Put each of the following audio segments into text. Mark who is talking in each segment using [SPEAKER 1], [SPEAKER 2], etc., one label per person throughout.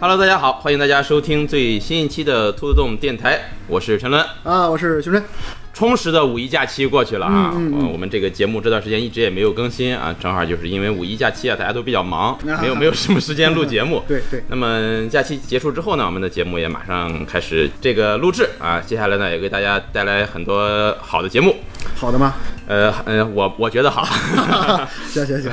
[SPEAKER 1] Hello，大家好，欢迎大家收听最新一期的兔子洞电台，我是陈伦。
[SPEAKER 2] 啊，我是熊真。
[SPEAKER 1] 充实的五一假期过去了啊，
[SPEAKER 2] 嗯嗯嗯
[SPEAKER 1] 呃我们这个节目这段时间一直也没有更新啊，正好就是因为五一假期啊，大家都比较忙，
[SPEAKER 2] 啊
[SPEAKER 1] 没有没有什么时间录节目。
[SPEAKER 2] 对对，
[SPEAKER 1] 那么假期结束之后呢，我们的节目也马上开始这个录制啊，接下来呢也给大家带来很多好的节目，
[SPEAKER 2] 好的吗？
[SPEAKER 1] 呃呃，我我觉得 好。 呃
[SPEAKER 2] 行行行，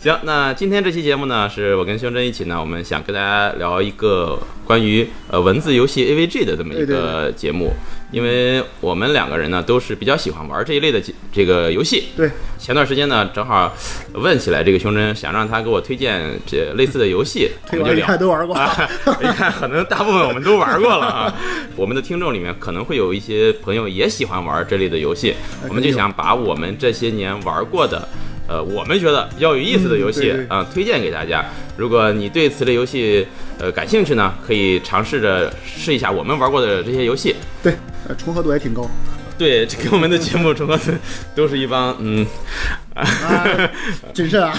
[SPEAKER 1] 行，那今天这期节目呢，是我跟修真一起呢，我们想跟大家聊一个关于呃文字游戏 AVG 的这么一
[SPEAKER 2] 对对
[SPEAKER 1] 个节目，因为我们两个人呢都是比较喜欢玩这一类的这这个游戏。
[SPEAKER 2] 对，
[SPEAKER 1] 前段时间呢，正好问起来这个胸针，想让他给我推荐这类似的游戏，我
[SPEAKER 2] 推
[SPEAKER 1] 们
[SPEAKER 2] 完
[SPEAKER 1] 就
[SPEAKER 2] 一
[SPEAKER 1] 聊
[SPEAKER 2] 看。都玩 过。
[SPEAKER 1] 啊，你看，可能大部分我们都玩过了啊。我们的听众里面可能会有一些朋友也喜欢玩这类的游戏，我们就想把我们这些年玩过的。呃，我们觉得比较有意思的游戏
[SPEAKER 2] 嗯对对
[SPEAKER 1] 啊、推荐给大家。如果你对此类游戏呃感兴趣呢，可以尝试着试一下我们玩过的这些游戏。
[SPEAKER 2] 对，呃重合度也 挺高。
[SPEAKER 1] 对，这跟我们的节目重合的都是一帮嗯
[SPEAKER 2] 啊，谨慎 啊。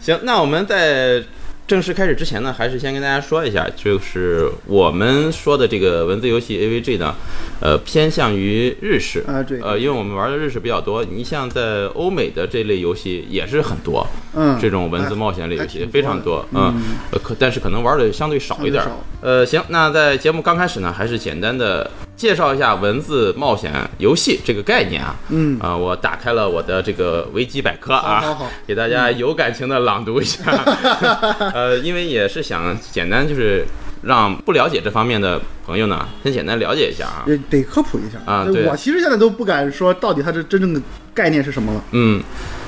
[SPEAKER 1] 行，那我们在正式开始之前呢，还是先跟大家说一下，就是我们说的这个文字游戏 AVG 呢，呃，偏向于日式
[SPEAKER 2] 啊对
[SPEAKER 1] 呃，因为我们玩的日式比较多，你像在欧美的这类游戏也是很多，
[SPEAKER 2] 嗯，
[SPEAKER 1] 这种文字冒险类游戏非常多，嗯，呃可但是可能玩的相对少一点儿
[SPEAKER 2] 相对少。
[SPEAKER 1] 呃，行，那在节目刚开始呢，还是简单的介绍一下文字冒险游戏这个概念啊。
[SPEAKER 2] 嗯
[SPEAKER 1] 啊、我打开了我的这个维基百科啊，
[SPEAKER 2] 好好好
[SPEAKER 1] 给大家有感情的朗读一下。 呃，因为也是想简单就是让不了解这方面的朋友呢，先简单了解一下啊。
[SPEAKER 2] 也得科普一下
[SPEAKER 1] 啊对
[SPEAKER 2] 我其实现在都不敢说到底它这真正的概念是什么了。
[SPEAKER 1] 嗯，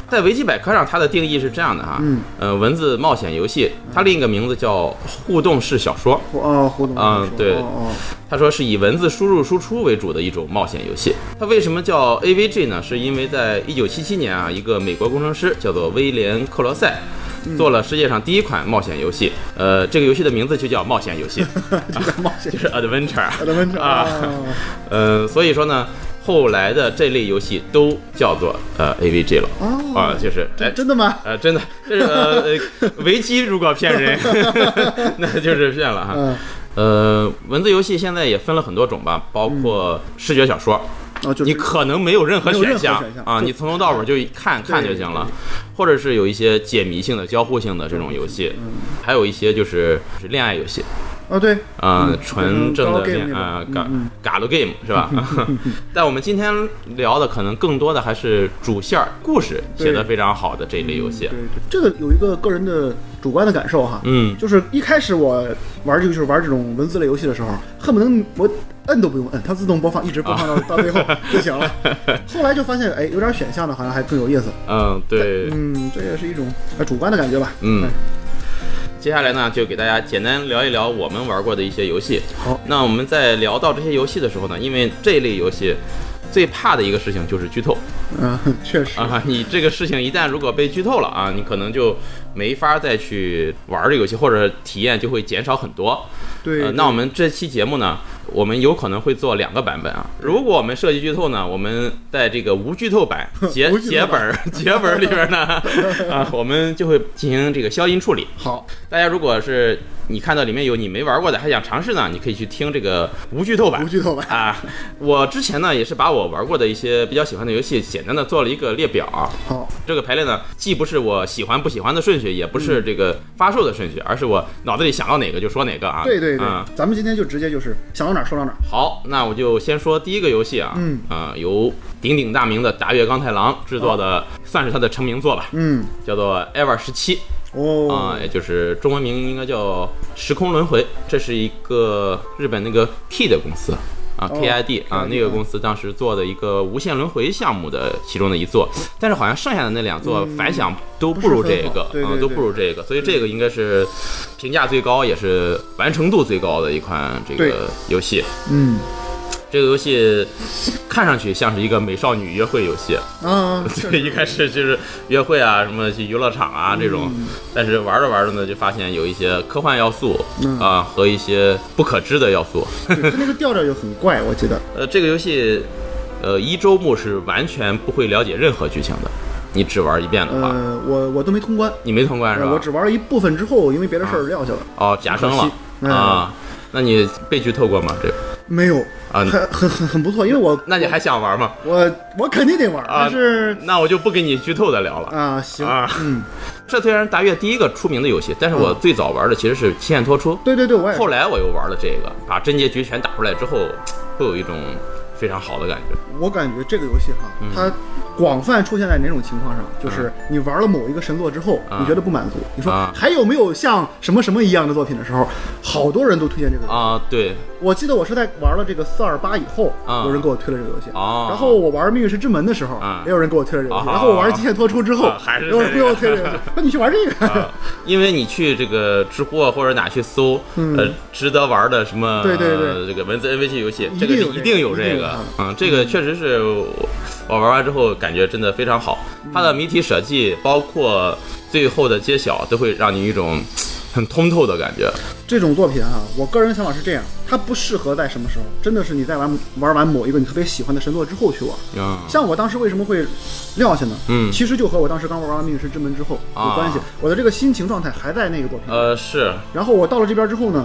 [SPEAKER 1] 在维基百科上，它的定义是这样的哈，
[SPEAKER 2] 嗯，
[SPEAKER 1] 呃，文字冒险游戏，它另一个名字叫互动式小说。
[SPEAKER 2] 胡哦，胡总
[SPEAKER 1] 啊
[SPEAKER 2] 说
[SPEAKER 1] 对
[SPEAKER 2] 哦
[SPEAKER 1] 他说是以文字输入输出为主的一种冒险游戏。它为什么叫 AVG 呢？是因为在1977年啊，一个美国工程师叫做威廉克罗塞。做了世界上第一款冒险游戏，呃，这个游戏的名字就叫冒险游戏，
[SPEAKER 2] 哦，这个冒险
[SPEAKER 1] 就是 adventure。
[SPEAKER 2] 的文章
[SPEAKER 1] 啊
[SPEAKER 2] 啊，
[SPEAKER 1] 呃，所以说呢，后来的这类游戏都叫做呃 AVG 了。
[SPEAKER 2] 哦
[SPEAKER 1] 啊，就是 哎
[SPEAKER 2] 真，真的吗？
[SPEAKER 1] 呃，真的，这是呃，呃维基如果骗人， 那就是骗了哈。
[SPEAKER 2] 嗯，
[SPEAKER 1] 呃，文字游戏现在也分了很多种吧，包括视觉小说，
[SPEAKER 2] 哦，就是
[SPEAKER 1] 你可能没有任何
[SPEAKER 2] 嗯没有任
[SPEAKER 1] 选
[SPEAKER 2] 何
[SPEAKER 1] 项
[SPEAKER 2] 选项
[SPEAKER 1] 啊，
[SPEAKER 2] 就
[SPEAKER 1] 你从头到尾就看看就行了，或者是有一些解谜性的、交互性的这种游戏，
[SPEAKER 2] 嗯
[SPEAKER 1] 还有一些就是是恋爱游戏，
[SPEAKER 2] 哦，对，
[SPEAKER 1] 嗯，
[SPEAKER 2] 嗯
[SPEAKER 1] 纯正的
[SPEAKER 2] 就是 Galgame
[SPEAKER 1] 恋啊，
[SPEAKER 2] 那
[SPEAKER 1] 嘎
[SPEAKER 2] 种嗯
[SPEAKER 1] 嘎鲁 game 是 吧？ 但我们今天聊的可能更多的还是主线儿故事写的
[SPEAKER 2] 对
[SPEAKER 1] 非常好的这一类游戏
[SPEAKER 2] 对，对，这个有一个个人的主观的感受哈，
[SPEAKER 1] 嗯
[SPEAKER 2] 就是一开始我玩这个就是玩这种文字类游戏的时候，恨不能我摁都不用摁，它自动播放，一直播放 到、到最后就行了。后来就发现，哎，有点选项的，好像还更有意思。
[SPEAKER 1] 嗯，对，
[SPEAKER 2] 嗯，这也是一种呃主观的感觉吧。
[SPEAKER 1] 嗯，接下来呢，就给大家简单聊一聊我们玩过的一些游戏。
[SPEAKER 2] 好，
[SPEAKER 1] 那我们在聊到这些游戏的时候呢，因为这类游戏最怕的一个事情就是剧透
[SPEAKER 2] 嗯， 确实，
[SPEAKER 1] 啊！ 你这个事情一旦如果被剧透了啊，你可能就没法再去玩这个游戏，或者体验就会减少很多。
[SPEAKER 2] 对。
[SPEAKER 1] 呃，那我们这期节目呢，我们有可能会做两个版本啊。如果我们设计剧透呢，我们在这个无剧透 版节
[SPEAKER 2] 无剧
[SPEAKER 1] 节
[SPEAKER 2] 透版
[SPEAKER 1] 本儿 节本儿里边呢，啊，我们就会进行这个消音处理。
[SPEAKER 2] 好，
[SPEAKER 1] 大家如果是你看到里面有你没玩过的，还想尝试呢，你可以去听这个无剧透版
[SPEAKER 2] 无。剧透吧。
[SPEAKER 1] 啊，我之前呢也是把我玩过的一些比较喜欢的游戏，简单的做了一个列表啊。
[SPEAKER 2] 好，
[SPEAKER 1] 这个排列呢，既不是我喜欢不喜欢的顺序，也不
[SPEAKER 2] 嗯
[SPEAKER 1] 是这个发售的顺序，而是我脑子里想到哪个就说哪个啊。
[SPEAKER 2] 对对对
[SPEAKER 1] 啊，
[SPEAKER 2] 咱们今天就直接就是想到哪儿说到哪儿。
[SPEAKER 1] 好，那我就先说第一个游戏啊，
[SPEAKER 2] 嗯
[SPEAKER 1] 啊、由鼎鼎大名的达月刚太郎制作的，算是他的成名作吧，
[SPEAKER 2] 嗯，
[SPEAKER 1] 叫做《EVA 十七》。啊、
[SPEAKER 2] 哦，
[SPEAKER 1] 也就是中文名应该叫《时空轮回》，这是一个日本那个 K 的公司啊、
[SPEAKER 2] 哦
[SPEAKER 1] k i d 啊、
[SPEAKER 2] KID
[SPEAKER 1] 那个公司当时做的一个无限轮回项目的其中的一座，但是好像剩下的那两座反响都不如
[SPEAKER 2] 嗯不
[SPEAKER 1] 这
[SPEAKER 2] 是很好
[SPEAKER 1] 个，
[SPEAKER 2] 对
[SPEAKER 1] 啊
[SPEAKER 2] 对
[SPEAKER 1] 都
[SPEAKER 2] 对
[SPEAKER 1] 不如这个，所以这个应该是评价最高，也是完成度最高的一款这
[SPEAKER 2] 对
[SPEAKER 1] 个游戏。
[SPEAKER 2] 嗯，
[SPEAKER 1] 这个游戏看上去像是一个美少女约会游 戏，
[SPEAKER 2] 啊，
[SPEAKER 1] 对，一开始就是约会啊，什么去游乐场啊
[SPEAKER 2] 嗯
[SPEAKER 1] 这种，但是玩着玩着呢，就发现有一些科幻要素啊、
[SPEAKER 2] 嗯
[SPEAKER 1] 和一些不可知的要素。
[SPEAKER 2] 对它那个调调就很怪，我记得。
[SPEAKER 1] 呃，这个游戏，呃，一周目是完全不会了解任何剧情的，你只玩一遍的话，
[SPEAKER 2] 呃，我我都没通关，
[SPEAKER 1] 你没通关是
[SPEAKER 2] 呃
[SPEAKER 1] 吧？
[SPEAKER 2] 我只玩了一部分之后，因为别的事儿撂下了，
[SPEAKER 1] 哦，假生
[SPEAKER 2] 可惜
[SPEAKER 1] 了啊。那你被剧透过吗？这个
[SPEAKER 2] 没有，
[SPEAKER 1] 啊
[SPEAKER 2] 很很很很不错，因为我
[SPEAKER 1] 那你还想玩吗？
[SPEAKER 2] 我我肯定得玩，
[SPEAKER 1] 啊
[SPEAKER 2] 但是
[SPEAKER 1] 那我就不给你剧透的聊了。
[SPEAKER 2] 啊行，
[SPEAKER 1] 啊
[SPEAKER 2] 嗯，
[SPEAKER 1] 这虽然是达月第一个出名的游戏，但是我最早玩的其实是《极限脱出》，
[SPEAKER 2] 对对嗯对，我也是
[SPEAKER 1] 后来我又玩了这个，把真结局全打出来之后，会有一种非常好的感觉。
[SPEAKER 2] 我感觉这个游戏哈，
[SPEAKER 1] 嗯
[SPEAKER 2] 它广泛出现在哪种情况上？就是你玩了某一个神作之后，
[SPEAKER 1] 啊
[SPEAKER 2] 你觉得不满足，你说
[SPEAKER 1] 啊
[SPEAKER 2] 还有没有像什么什么一样的作品的时候，好多人都推荐这个游戏。
[SPEAKER 1] 啊，对，
[SPEAKER 2] 我记得我是在玩了这个四二八以后，
[SPEAKER 1] 啊
[SPEAKER 2] 有人给我推了这个游戏。
[SPEAKER 1] 哦
[SPEAKER 2] 然后我玩命运石之门的时候
[SPEAKER 1] 啊，
[SPEAKER 2] 也有人给我推了这个游戏。
[SPEAKER 1] 啊
[SPEAKER 2] 然后我玩极限脱出之后
[SPEAKER 1] 啊，还是
[SPEAKER 2] 有人给我推了 这个游戏。那你去玩这个？
[SPEAKER 1] 啊因为你去这个知乎啊或者哪去搜，呃，值得玩的什么
[SPEAKER 2] 嗯对对对
[SPEAKER 1] 呃这个文字 NPC 游戏，
[SPEAKER 2] 一
[SPEAKER 1] 这
[SPEAKER 2] 定
[SPEAKER 1] 个
[SPEAKER 2] 有
[SPEAKER 1] 是一
[SPEAKER 2] 这个
[SPEAKER 1] 定有这
[SPEAKER 2] 一定有
[SPEAKER 1] 个
[SPEAKER 2] 啊，
[SPEAKER 1] 嗯，这个确实是我我玩完之后感觉真的非常好，
[SPEAKER 2] 嗯
[SPEAKER 1] 它的谜题设计包括最后的揭晓都会让你一种很通透的感觉，
[SPEAKER 2] 这种作品啊，我个人想法是这样，它不适合在什么时候？真的是你在玩玩完某一个你特别喜欢的神作之后去玩。
[SPEAKER 1] 嗯
[SPEAKER 2] 像我当时为什么会撂下呢？
[SPEAKER 1] 嗯
[SPEAKER 2] 其实就和我当时刚玩完《命运石之门》之后有关系
[SPEAKER 1] 啊。
[SPEAKER 2] 我的这个心情状态还在那个作品。
[SPEAKER 1] 呃是
[SPEAKER 2] 然后我到了这边之后呢，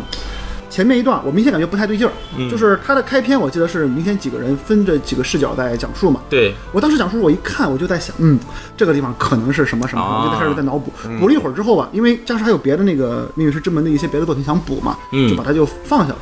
[SPEAKER 2] 前面一段我明显感觉不太对劲儿，
[SPEAKER 1] 嗯
[SPEAKER 2] 就是它的开篇我记得是明显几个人分着几个视角在讲述嘛。
[SPEAKER 1] 对
[SPEAKER 2] 我当时讲述，我一看我就在想，嗯，这个地方可能是什么什么，
[SPEAKER 1] 啊
[SPEAKER 2] 我就在开始在脑补，补了一会儿之后吧，因为加上还有别的那个《命运石之门》的一些别的作品想补嘛，
[SPEAKER 1] 嗯
[SPEAKER 2] 就把它就放下了。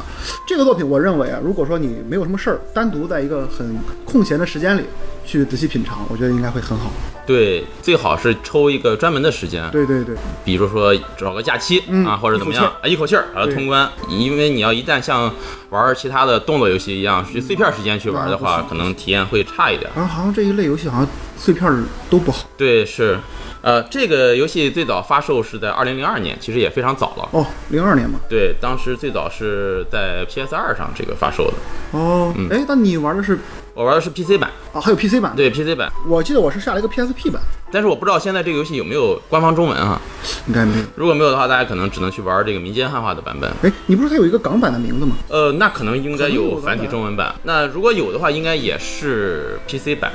[SPEAKER 2] 这个作品我认为啊，如果说你没有什么事儿，单独在一个很空闲的时间里去仔细品尝，我觉得应该会很好。
[SPEAKER 1] 对，最好是抽一个专门的时间，
[SPEAKER 2] 对对对，
[SPEAKER 1] 比如说找个假期、
[SPEAKER 2] 嗯
[SPEAKER 1] 啊，或者怎么样啊，一口气儿啊
[SPEAKER 2] 对
[SPEAKER 1] 通关。因为你要一旦像玩其他的动作游戏一样，去碎片时间去玩的
[SPEAKER 2] 那
[SPEAKER 1] 话
[SPEAKER 2] 不，
[SPEAKER 1] 可能体验会差一点。
[SPEAKER 2] 然后好像这一类游戏好像碎片儿都不好
[SPEAKER 1] 对，是，呃，这个游戏最早发售是在二零零二年，其实也非常早了。
[SPEAKER 2] 哦，零二年嘛，
[SPEAKER 1] 对，当时最早是在 PS 二上这个发售的，
[SPEAKER 2] 哦，哎、但你玩的是
[SPEAKER 1] 我玩的是 PC 版，
[SPEAKER 2] 啊，还有 PC 版，
[SPEAKER 1] 对 PC 版，
[SPEAKER 2] 我记得我是下了一个 PSP 版，
[SPEAKER 1] 但是我不知道现在这个游戏有没有官方中文啊。
[SPEAKER 2] 应该没有。
[SPEAKER 1] 如果没有的话，大家可能只能去玩这个民间汉化的版本。
[SPEAKER 2] 哎，你不是它有一个港版的名字吗？
[SPEAKER 1] 呃，那可能应该有繁体
[SPEAKER 2] 可能有吧
[SPEAKER 1] 中文版。那如果有的话，应该也是 PC 版。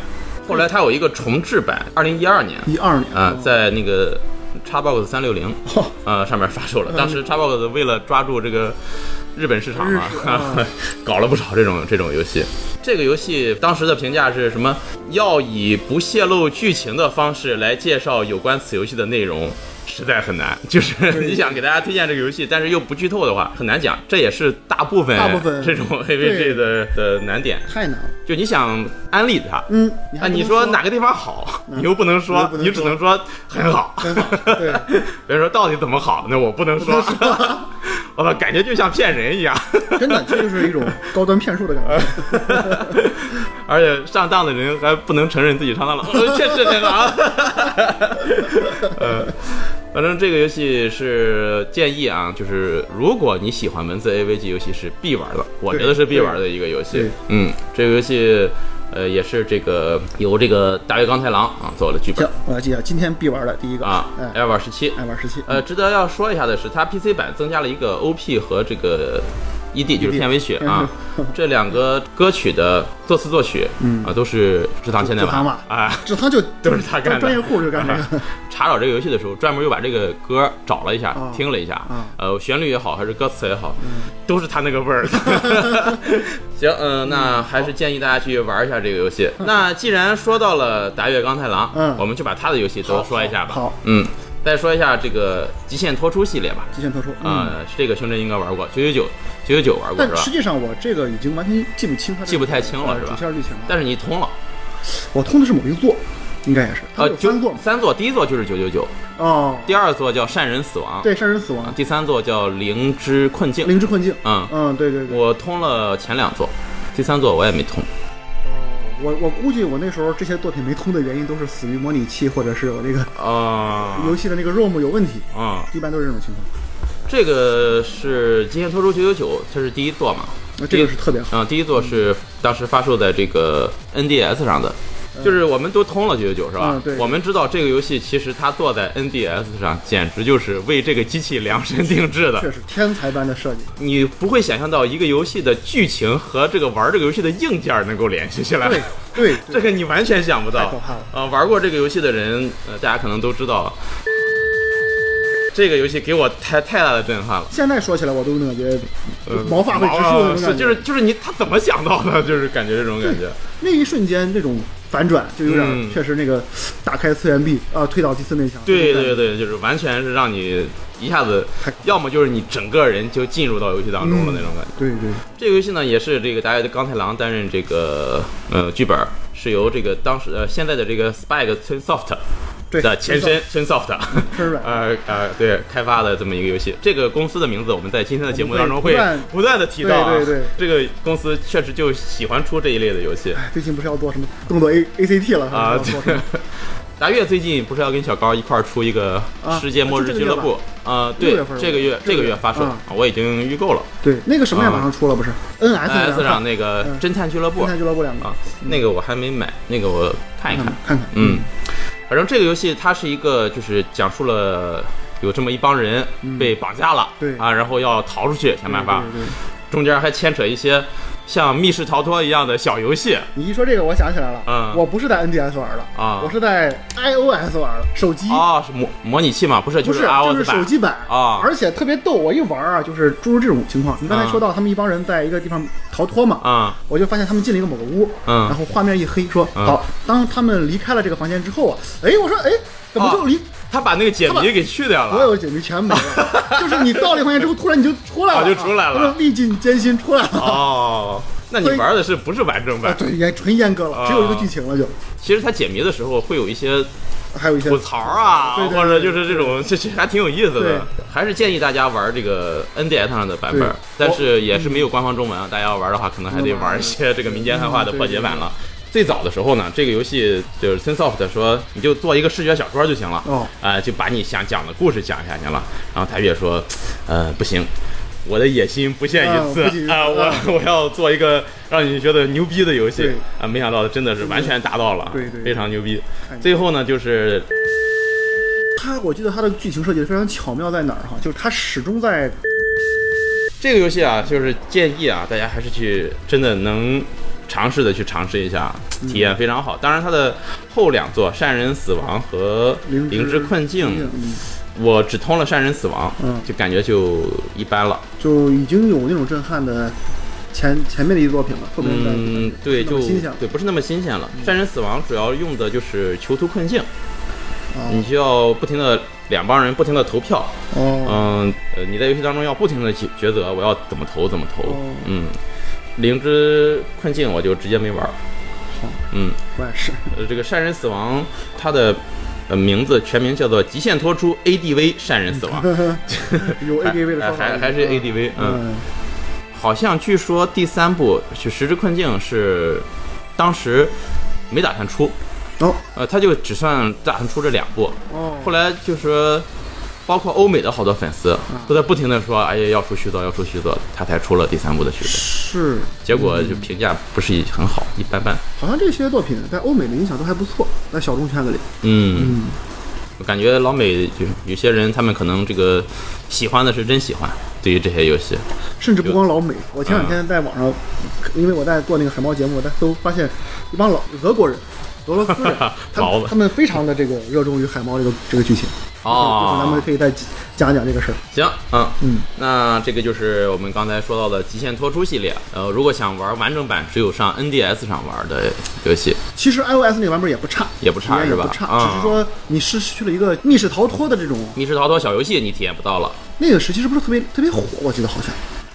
[SPEAKER 1] 后来它有一个重制版，二零一二年
[SPEAKER 2] 一二年
[SPEAKER 1] 啊、在那个 Xbox 三六零
[SPEAKER 2] 哦
[SPEAKER 1] 啊上面发售了。当时 Xbox 为了抓住这个日本市场嘛
[SPEAKER 2] 日式啊，
[SPEAKER 1] 搞了不少这种这种游戏。这个游戏当时的评价是什么？要以不泄露剧情的方式来介绍有关此游戏的内容。实在很难， 就是你想给大家推荐这个游戏，但是又不剧透的话，很难讲。这也是大部分
[SPEAKER 2] 大部分
[SPEAKER 1] 这种 AVG 的的难点，
[SPEAKER 2] 太难了。
[SPEAKER 1] 就你想安利它，
[SPEAKER 2] 嗯，你
[SPEAKER 1] 那啊
[SPEAKER 2] 还不
[SPEAKER 1] 你
[SPEAKER 2] 能嗯
[SPEAKER 1] 说哪个地方好，你又不能
[SPEAKER 2] 你又
[SPEAKER 1] 说
[SPEAKER 2] 不，能
[SPEAKER 1] 你只能说很好。
[SPEAKER 2] 很好？对，
[SPEAKER 1] 别人说到底怎么好，那我不能 说。我操，感觉就像骗人一样，
[SPEAKER 2] 真的这就是一种高端骗术的感 觉。
[SPEAKER 1] 而且上当的人还不能承认自己上当了， 呃确实这个啊。呃，反正这个游戏是建议啊，就是如果你喜欢文字 AVG 游戏是必玩的，我觉得是必玩的一个游
[SPEAKER 2] 对
[SPEAKER 1] 戏
[SPEAKER 2] 对。
[SPEAKER 1] 嗯，这个游戏。呃，也是这个由这个大月刚太郎啊做了剧本
[SPEAKER 2] 行，我要记下今天必玩的第一个
[SPEAKER 1] 啊
[SPEAKER 2] 哎，
[SPEAKER 1] ，L 十七，
[SPEAKER 2] 爱玩十七，
[SPEAKER 1] 呃，值得要说一下的是，它 PC 版增加了一个 OP 和这个 ED，就是
[SPEAKER 2] E
[SPEAKER 1] 片尾曲啊，
[SPEAKER 2] 嗯
[SPEAKER 1] 这两个歌曲的作词作曲，嗯啊，都是制糖千代
[SPEAKER 2] 制糖
[SPEAKER 1] 丸
[SPEAKER 2] 吧
[SPEAKER 1] 啊。
[SPEAKER 2] 这他就
[SPEAKER 1] 都是他干的
[SPEAKER 2] 专业户就干 这个。
[SPEAKER 1] 查找这个游戏的时候，专门又把这个歌找了一下，
[SPEAKER 2] 啊
[SPEAKER 1] 听了一下，
[SPEAKER 2] 啊
[SPEAKER 1] 呃，旋律也好，还是歌词也好，
[SPEAKER 2] 嗯
[SPEAKER 1] 都是他那个味儿。 行，嗯、那还是建议大家去玩一下这个游戏。 那既然说到了达月刚太郎，
[SPEAKER 2] 嗯
[SPEAKER 1] 我们就把他的游戏都说一下吧。
[SPEAKER 2] 好好
[SPEAKER 1] 嗯，再说一下这个《极限脱出》系列吧。
[SPEAKER 2] 极限特殊，嗯，
[SPEAKER 1] 呃，这个胸针应该玩过，九九九九九九玩过
[SPEAKER 2] 但
[SPEAKER 1] 是
[SPEAKER 2] 实
[SPEAKER 1] 吧？
[SPEAKER 2] 际上我这个已经完全记不清它这个
[SPEAKER 1] 记不太清了
[SPEAKER 2] 呃
[SPEAKER 1] 是吧
[SPEAKER 2] 主线剧情了。
[SPEAKER 1] 但是你通了，
[SPEAKER 2] 我通的是某一座，应该也是。它
[SPEAKER 1] 呃
[SPEAKER 2] 有，
[SPEAKER 1] 九
[SPEAKER 2] 三座嘛。
[SPEAKER 1] 三座，第一座就是九啊九九，
[SPEAKER 2] 哦，
[SPEAKER 1] 第二座叫善人死亡，
[SPEAKER 2] 对，杀人死亡，
[SPEAKER 1] 第三座叫灵之困境。
[SPEAKER 2] 灵之困境。
[SPEAKER 1] 嗯，
[SPEAKER 2] 嗯，对对对。
[SPEAKER 1] 我通了前两座，第三座我也没通。
[SPEAKER 2] 我我估计我那时候这些作品没通的原因都是死于模拟器或者是我那个
[SPEAKER 1] 啊、
[SPEAKER 2] 游戏的那个 ROM 有问题，
[SPEAKER 1] 嗯，
[SPEAKER 2] 一般都是这种情况。
[SPEAKER 1] 这个是《极限脱出九九九》，这是第一
[SPEAKER 2] 啊
[SPEAKER 1] 座嘛？啊
[SPEAKER 2] 那这个是特别好。
[SPEAKER 1] 嗯，第一座是当时发售在这个 NDS 上的，就是我们都通了九九九是吧
[SPEAKER 2] 嗯？对
[SPEAKER 1] 我们知道这个游戏其实它做在 NDS 上，简直就是为这个机器量身定制的。
[SPEAKER 2] 确实天才般的设计。
[SPEAKER 1] 你不会想象到一个游戏的剧情和这个玩这个游戏的硬件能够联系起 来。
[SPEAKER 2] 对对
[SPEAKER 1] 这
[SPEAKER 2] 对，
[SPEAKER 1] 个你完全想不到，
[SPEAKER 2] 太可怕了
[SPEAKER 1] 呃，玩过这个游戏的人，呃，大家可能都知道，这个游戏给我太太大的震撼了。
[SPEAKER 2] 现在说起来我都感觉
[SPEAKER 1] 呃，
[SPEAKER 2] 毛发会直竖的那种感
[SPEAKER 1] 是
[SPEAKER 2] 觉
[SPEAKER 1] 就是就是你他怎么想到的？就是感觉这种感觉，
[SPEAKER 2] 那一瞬间这种反转就有
[SPEAKER 1] 嗯
[SPEAKER 2] 点确实那个打开次元壁啊，推倒第四面墙。
[SPEAKER 1] 对
[SPEAKER 2] 这种
[SPEAKER 1] 对
[SPEAKER 2] 感觉，
[SPEAKER 1] 对，就是完全是让你一下子
[SPEAKER 2] 太，
[SPEAKER 1] 要么就是你整个人就进入到游戏当
[SPEAKER 2] 嗯
[SPEAKER 1] 中了那种感觉。
[SPEAKER 2] 对对，
[SPEAKER 1] 这个游戏呢，也是这个大家的钢太郎担任这个呃剧本儿，是由这个当时呃现在的这个 Spike Chunsoft
[SPEAKER 2] 对哎
[SPEAKER 1] 的前身 Chunsoft
[SPEAKER 2] 吃软
[SPEAKER 1] 呃呃，对，开发的这么一个游戏，这个公司的名字我们在今天的节目当中会
[SPEAKER 2] 我们
[SPEAKER 1] 不断的提到、啊，
[SPEAKER 2] 对对对
[SPEAKER 1] 这个公司确实就喜欢出这一类的游戏
[SPEAKER 2] 最近不是要做什么动作 A A C T 了
[SPEAKER 1] 啊。
[SPEAKER 2] 是吧要做什
[SPEAKER 1] 对
[SPEAKER 2] 么
[SPEAKER 1] 达月最近不是要跟小高一块儿出一个
[SPEAKER 2] 啊
[SPEAKER 1] 世界末日
[SPEAKER 2] 就这
[SPEAKER 1] 俱
[SPEAKER 2] 个
[SPEAKER 1] 乐部啊？对
[SPEAKER 2] 六月份，
[SPEAKER 1] 这个月
[SPEAKER 2] 这
[SPEAKER 1] 这
[SPEAKER 2] 个
[SPEAKER 1] 个
[SPEAKER 2] 月
[SPEAKER 1] 月发售
[SPEAKER 2] 啊
[SPEAKER 1] 啊，我已经预购了。
[SPEAKER 2] 对那个什么也马上出了不是？N S
[SPEAKER 1] NS 上那个
[SPEAKER 2] 哎嗯
[SPEAKER 1] 侦探俱乐部
[SPEAKER 2] 天才俱乐部两个，
[SPEAKER 1] 啊，那个我还没买，那个我看一
[SPEAKER 2] 看
[SPEAKER 1] 看
[SPEAKER 2] 看。看看，
[SPEAKER 1] 嗯，反正这个游戏它是一个就是讲述了有这么一帮人被绑架了，
[SPEAKER 2] 嗯对
[SPEAKER 1] 啊，然后要逃出去想办法，
[SPEAKER 2] 对对对对
[SPEAKER 1] 中间还牵扯一些像密室逃脱一样的小游戏
[SPEAKER 2] 你一说这个，我想起来了，
[SPEAKER 1] 嗯
[SPEAKER 2] 我不是在 NDS 玩的，
[SPEAKER 1] 啊
[SPEAKER 2] 我是在 iOS 玩的，手机。
[SPEAKER 1] 啊，是模模拟器嘛？不是，
[SPEAKER 2] 不，
[SPEAKER 1] 就是
[SPEAKER 2] 就是
[SPEAKER 1] iOS
[SPEAKER 2] 手
[SPEAKER 1] 版
[SPEAKER 2] 机版
[SPEAKER 1] 啊
[SPEAKER 2] 而且特别逗。我一玩啊，就是诸如这种情况。你刚才说到他们一帮人在一个地方逃脱嘛，
[SPEAKER 1] 啊，
[SPEAKER 2] 我就发现他们进了一个某个屋，
[SPEAKER 1] 嗯
[SPEAKER 2] 然后画面一黑，说
[SPEAKER 1] 嗯
[SPEAKER 2] 好，当他们离开了这个房间之后啊，哎，我说哎，怎
[SPEAKER 1] 啊
[SPEAKER 2] 么就离
[SPEAKER 1] 他把那个解
[SPEAKER 2] 他把
[SPEAKER 1] 谜给去掉
[SPEAKER 2] 所
[SPEAKER 1] 了。
[SPEAKER 2] 有解谜全没了？ 就是你到了一个房间之后，突然你就出来了啊，
[SPEAKER 1] 啊就出来了
[SPEAKER 2] 就是历尽艰辛出来了。
[SPEAKER 1] 哦，那你
[SPEAKER 2] 所以
[SPEAKER 1] 玩的是不是完整
[SPEAKER 2] 啊
[SPEAKER 1] 版，？
[SPEAKER 2] 对，也纯阉割了，只有
[SPEAKER 1] 啊
[SPEAKER 2] 一个剧情了就，
[SPEAKER 1] 其实它解谜的时候会有一些
[SPEAKER 2] 还有一些
[SPEAKER 1] 吐槽啊，
[SPEAKER 2] 对对对
[SPEAKER 1] 或者就是这种，这这还挺有意思
[SPEAKER 2] 对
[SPEAKER 1] 的。还是建议大家玩这个 NDS 上的版
[SPEAKER 2] 对
[SPEAKER 1] 本，但是也是没有官方中文啊。大家要玩的话，可能还得玩一些这个民间汉化的破解版
[SPEAKER 2] 嗯
[SPEAKER 1] 了。最早的时候呢，这个游戏就是 Sunsoft 说，你就做一个视觉小说就行了，
[SPEAKER 2] 哦
[SPEAKER 1] 啊，就把你想讲的故事讲一下行了。然后台月说，呃，不行。我的野心不限于此
[SPEAKER 2] 啊不仅于此
[SPEAKER 1] 啊！我
[SPEAKER 2] 啊
[SPEAKER 1] 我要做一个让你觉得牛逼的游戏
[SPEAKER 2] 对
[SPEAKER 1] 啊！没想到真的是完全达到了，
[SPEAKER 2] 对对对哎
[SPEAKER 1] 非常牛逼
[SPEAKER 2] 太牛。了
[SPEAKER 1] 最后呢，就是
[SPEAKER 2] 它，我记得它的剧情设计得非常巧妙在哪儿哈，就是它始终在
[SPEAKER 1] 这个游戏啊，就是建议啊，大家还是去真的能尝试的去尝试一下，体验非常好。当然，它的后两座《善人死亡》和
[SPEAKER 2] 灵
[SPEAKER 1] 《
[SPEAKER 2] 芝
[SPEAKER 1] 灵之困境》，
[SPEAKER 2] 嗯
[SPEAKER 1] 我只通了《善人死亡
[SPEAKER 2] 嗯》，
[SPEAKER 1] 就感觉就一般了。
[SPEAKER 2] 就已经有那种震撼的前前面的一作品了，后面的
[SPEAKER 1] 嗯，对，
[SPEAKER 2] 不
[SPEAKER 1] 就
[SPEAKER 2] 是那么新鲜了嗯
[SPEAKER 1] 对，不是那么新鲜了。《善人死亡》主要用的就是囚徒困境，你
[SPEAKER 2] 哦
[SPEAKER 1] 需要不停的两帮人不停的投票，
[SPEAKER 2] 哦
[SPEAKER 1] 嗯，呃，你在游戏当中要不停的抉择，我要怎么投怎么投
[SPEAKER 2] 哦。
[SPEAKER 1] 嗯，灵之困境我就直接没玩儿
[SPEAKER 2] 好。
[SPEAKER 1] 嗯，
[SPEAKER 2] 我也是，
[SPEAKER 1] 呃，这个善人死亡，它的呃名字全名叫做《极限脱出 ADV 善人死 亡》
[SPEAKER 2] 有 A K V 的
[SPEAKER 1] 哎，
[SPEAKER 2] 说 法
[SPEAKER 1] 还还是 ADV，嗯，
[SPEAKER 2] 嗯
[SPEAKER 1] 好像据说第三部是《十之困境》是当时没打算出，
[SPEAKER 2] 哦
[SPEAKER 1] 呃，他就只算打算出这两部，
[SPEAKER 2] 哦
[SPEAKER 1] 后来就说，包括欧美的好多粉丝
[SPEAKER 2] 嗯
[SPEAKER 1] 都在不停的说，哎呀，要出续作，要出续作，他才出了第三部的续作，
[SPEAKER 2] 是，呃
[SPEAKER 1] 结果就评价不是很好，一般般。
[SPEAKER 2] 好像这些作品在欧美的影响都还不错，在小众圈子里，
[SPEAKER 1] 嗯，我感觉老美就是有些人，他们可能这个喜欢的是真喜欢，对于这些游戏，
[SPEAKER 2] 甚至不光老美，我前两天在网
[SPEAKER 1] 嗯
[SPEAKER 2] 上，因为我在做那个海猫节目，我在搜发现一帮老俄国人。俄 罗斯人，他
[SPEAKER 1] 毛
[SPEAKER 2] 们
[SPEAKER 1] 子
[SPEAKER 2] 他们非常的这个热衷于海猫这个这个剧情，就是咱们
[SPEAKER 1] 哦，
[SPEAKER 2] 可以再讲讲这个事儿。
[SPEAKER 1] 行，嗯
[SPEAKER 2] 嗯，
[SPEAKER 1] 那这个就是我们刚才说到的《极限脱出》系列。呃，如果想玩完整版，只有上 NDS 上玩的游戏，
[SPEAKER 2] 其实 iOS 那个版本也不差，
[SPEAKER 1] 也不差
[SPEAKER 2] 体验也
[SPEAKER 1] 是吧
[SPEAKER 2] 不差，
[SPEAKER 1] 啊
[SPEAKER 2] 只是说你失去了一个密室逃脱的这种
[SPEAKER 1] 密室逃脱小游戏你体验不到了。
[SPEAKER 2] 那个时期，是不是特别特别火？我记得好像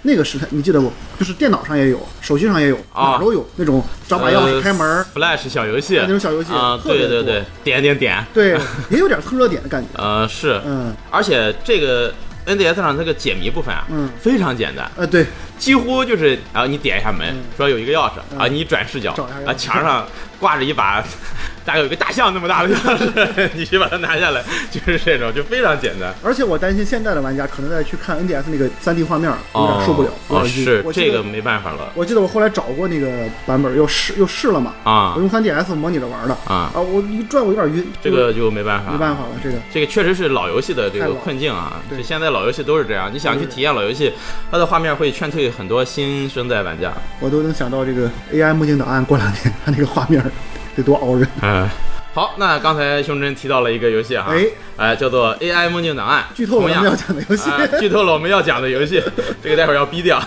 [SPEAKER 2] 那个时代，你记得不？就是电脑上也有，手机上也有，
[SPEAKER 1] 啊
[SPEAKER 2] 哪儿都有那种找啊把钥匙开门儿，
[SPEAKER 1] 呃 Flash 小游戏
[SPEAKER 2] 那种小游戏
[SPEAKER 1] 啊，
[SPEAKER 2] 特别
[SPEAKER 1] 对
[SPEAKER 2] 多
[SPEAKER 1] 对对，点点点，
[SPEAKER 2] 对，也有点蹭热点的感觉。
[SPEAKER 1] 呃是，
[SPEAKER 2] 嗯，
[SPEAKER 1] 而且这个 NDS 上这个解谜部分啊，
[SPEAKER 2] 嗯
[SPEAKER 1] 非常简单，
[SPEAKER 2] 呃，对，
[SPEAKER 1] 几乎就是啊，你点一下门，说有一个钥匙
[SPEAKER 2] 嗯
[SPEAKER 1] 啊，你一转视角
[SPEAKER 2] 找一下钥匙
[SPEAKER 1] 啊，墙上挂着一把 大概有一个大象那么大的钥匙， 你去把它拿下来，就是这种，就非常简单。
[SPEAKER 2] 而且我担心现在的玩家可能在去看 NDS 那个 3D 画面有点受不了，有
[SPEAKER 1] 哦，
[SPEAKER 2] 点晕
[SPEAKER 1] 是
[SPEAKER 2] 我记
[SPEAKER 1] 这
[SPEAKER 2] 得
[SPEAKER 1] 个没办法了
[SPEAKER 2] 我记得我后来找过那个版本，又试又试了嘛，
[SPEAKER 1] 啊
[SPEAKER 2] 我用 3DS 模拟着玩的
[SPEAKER 1] 啊，
[SPEAKER 2] 啊，我一转我有点晕，
[SPEAKER 1] 这
[SPEAKER 2] 就是
[SPEAKER 1] 个就没办法，
[SPEAKER 2] 没办法了，这个
[SPEAKER 1] 这个确实是老游戏的这
[SPEAKER 2] 太
[SPEAKER 1] 个
[SPEAKER 2] 老了
[SPEAKER 1] 困境啊，
[SPEAKER 2] 对
[SPEAKER 1] 这现在老游戏都是这样。你想去体验老游戏，它的画面会劝退很多新生代玩家。
[SPEAKER 2] 我都能想到这个 AI 梦境档案过两天它那个画面得多熬人，
[SPEAKER 1] 嗯，好，那刚才胸针提到了一个游戏哈，
[SPEAKER 2] 哎，
[SPEAKER 1] 哎，叫做 AI 梦境档案，
[SPEAKER 2] 剧透了
[SPEAKER 1] 同
[SPEAKER 2] 咱
[SPEAKER 1] 样
[SPEAKER 2] 们要讲的游戏，
[SPEAKER 1] 啊，剧透了我们要讲的游 戏，这个待会儿要逼掉。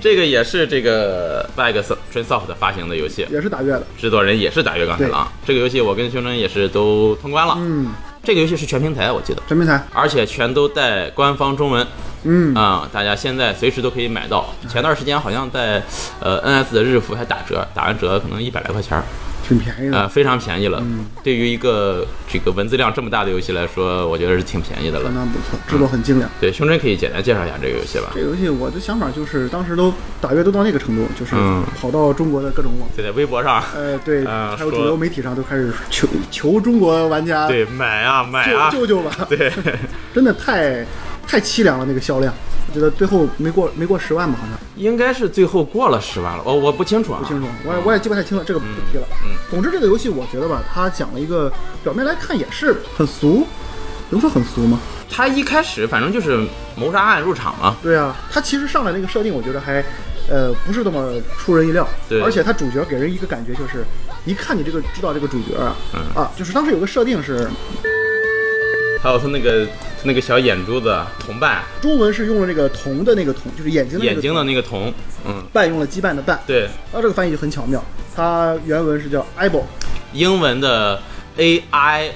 [SPEAKER 1] 这个也是这个 Bag Trinsoft 发行的游戏，
[SPEAKER 2] 也是打月的，
[SPEAKER 1] 制作人也是打月钢铁狼。这个游戏我跟胸针也是都通关了。
[SPEAKER 2] 嗯，
[SPEAKER 1] 这个游戏是全平台，我记得，
[SPEAKER 2] 全平台，
[SPEAKER 1] 而且全都带官方中文。
[SPEAKER 2] 嗯，
[SPEAKER 1] 啊、大家现在随时都可以买到。前段时间好像在呃 NS 的日服还打折，打完折可能一百来块钱儿，
[SPEAKER 2] 挺便宜的，
[SPEAKER 1] 呃，非常便宜了。
[SPEAKER 2] 嗯
[SPEAKER 1] 对于一个这个文字量这么大的游戏来说，我觉得是挺便宜的了
[SPEAKER 2] 相。当不错，制作很精良。
[SPEAKER 1] 对，胸针可以简单介绍一下这个游戏吧
[SPEAKER 2] 这。个游戏我的想法就是，当时都打月都到那个程度，就是
[SPEAKER 1] 嗯
[SPEAKER 2] 跑到中国的各种网。
[SPEAKER 1] 对，在微博上，
[SPEAKER 2] 呃，对，
[SPEAKER 1] 啊
[SPEAKER 2] 还有
[SPEAKER 1] 说
[SPEAKER 2] 主流媒体上都开始求求中国玩家
[SPEAKER 1] 对，买啊买啊，
[SPEAKER 2] 救救救吧！
[SPEAKER 1] 对，
[SPEAKER 2] 真的太太凄凉了，那个销量，我觉得最后没过没过十万吧，好像
[SPEAKER 1] 应该是最后过了十万了，哦，我不清楚啊
[SPEAKER 2] 不。清楚，我也我也记不太清了，
[SPEAKER 1] 嗯
[SPEAKER 2] 这个不提了。总之这个游戏我觉得吧，它讲了一个表面来看也是很俗，能说很俗吗？
[SPEAKER 1] 他一开始反正就是谋杀案入场嘛，
[SPEAKER 2] 对啊，它其实上来那个设定，我觉得还。呃，不是那么出人意料，
[SPEAKER 1] 对
[SPEAKER 2] 而且它主角给人一个感觉就是，一看你这个知道这个主角啊，
[SPEAKER 1] 嗯
[SPEAKER 2] 啊，就是当时有个设定是，
[SPEAKER 1] 还有他那个那个小眼珠子同伴，
[SPEAKER 2] 中文是用了那个铜的那个铜，就是眼睛的那个
[SPEAKER 1] 眼睛的
[SPEAKER 2] 铜
[SPEAKER 1] 那个瞳，嗯，
[SPEAKER 2] 半用了羁绊的绊，
[SPEAKER 1] 对，
[SPEAKER 2] 啊，这个翻译就很巧妙。它原文是叫 eyeball，
[SPEAKER 1] 英文的 AI